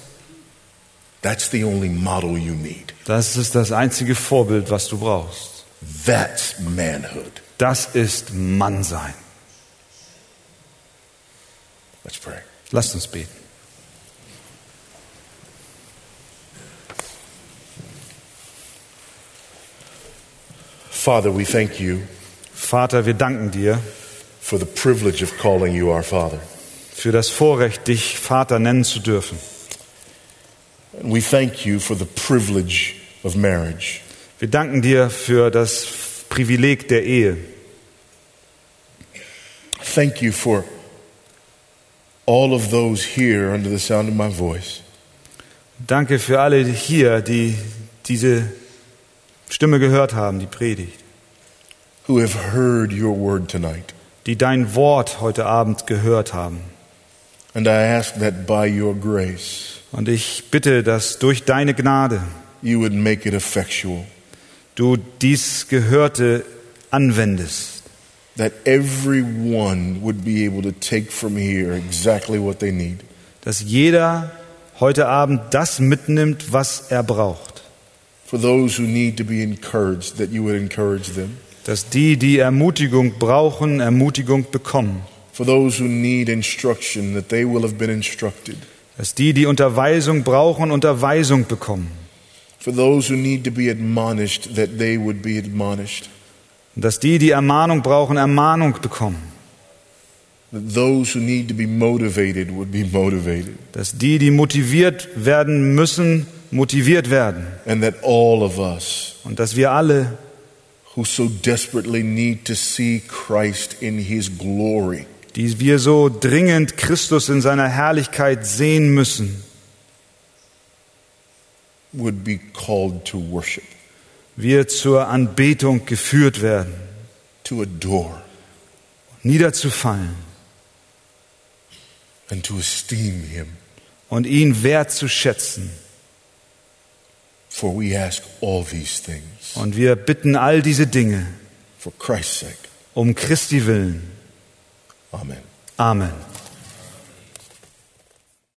Speaker 1: That's the only model you need.
Speaker 2: Das ist das einzige Vorbild, was du brauchst.
Speaker 1: That's manhood.
Speaker 2: Das ist Mannsein.
Speaker 1: Let's pray.
Speaker 2: Lasst uns beten.
Speaker 1: Father, we thank you
Speaker 2: Vater, wir danken dir
Speaker 1: for the privilege of calling you our Father.
Speaker 2: für das Vorrecht, dich Vater nennen zu dürfen.
Speaker 1: And we thank you for the privilege of marriage.
Speaker 2: Wir danken dir für das Privileg der Ehe.
Speaker 1: Thank you for all of those here under the sound of my voice
Speaker 2: Danke für alle hier, die diese Stimme gehört haben, die Predigt,
Speaker 1: who have heard your word tonight.
Speaker 2: die dein Wort heute Abend gehört haben.
Speaker 1: And I ask that by your grace,
Speaker 2: Und ich bitte, dass durch deine Gnade
Speaker 1: you would make it effectual,
Speaker 2: du dies Gehörte anwendest,
Speaker 1: that everyone would be able to take from here exactly what they need.
Speaker 2: dass jeder heute Abend das mitnimmt, was er braucht.
Speaker 1: For those who need to be encouraged, that you would encourage them.
Speaker 2: Dass die, die Ermutigung brauchen, Ermutigung bekommen.
Speaker 1: For those who need instruction, that they will have been instructed.
Speaker 2: Dass die, die Unterweisung brauchen, Unterweisung bekommen.
Speaker 1: For those who need to be admonished, that they would be admonished.
Speaker 2: Und Dass die, die Ermahnung brauchen, Ermahnung bekommen.
Speaker 1: That those who need to be motivated would be motivated.
Speaker 2: Dass die, die motiviert werden müssen, motiviert werden.
Speaker 1: And that all of us
Speaker 2: Und dass wir alle,
Speaker 1: who so desperately need to see Christ in his glory,
Speaker 2: die wir so dringend Christus in seiner Herrlichkeit sehen müssen,
Speaker 1: would be called to worship,
Speaker 2: wir zur Anbetung geführt werden,
Speaker 1: to adore,
Speaker 2: niederzufallen
Speaker 1: and to esteem him.
Speaker 2: und ihn wertzuschätzen.
Speaker 1: For we ask all these things
Speaker 2: Und wir bitten all diese Dinge
Speaker 1: for Christ's sake.
Speaker 2: um Christi willen.
Speaker 1: Amen.
Speaker 2: Amen.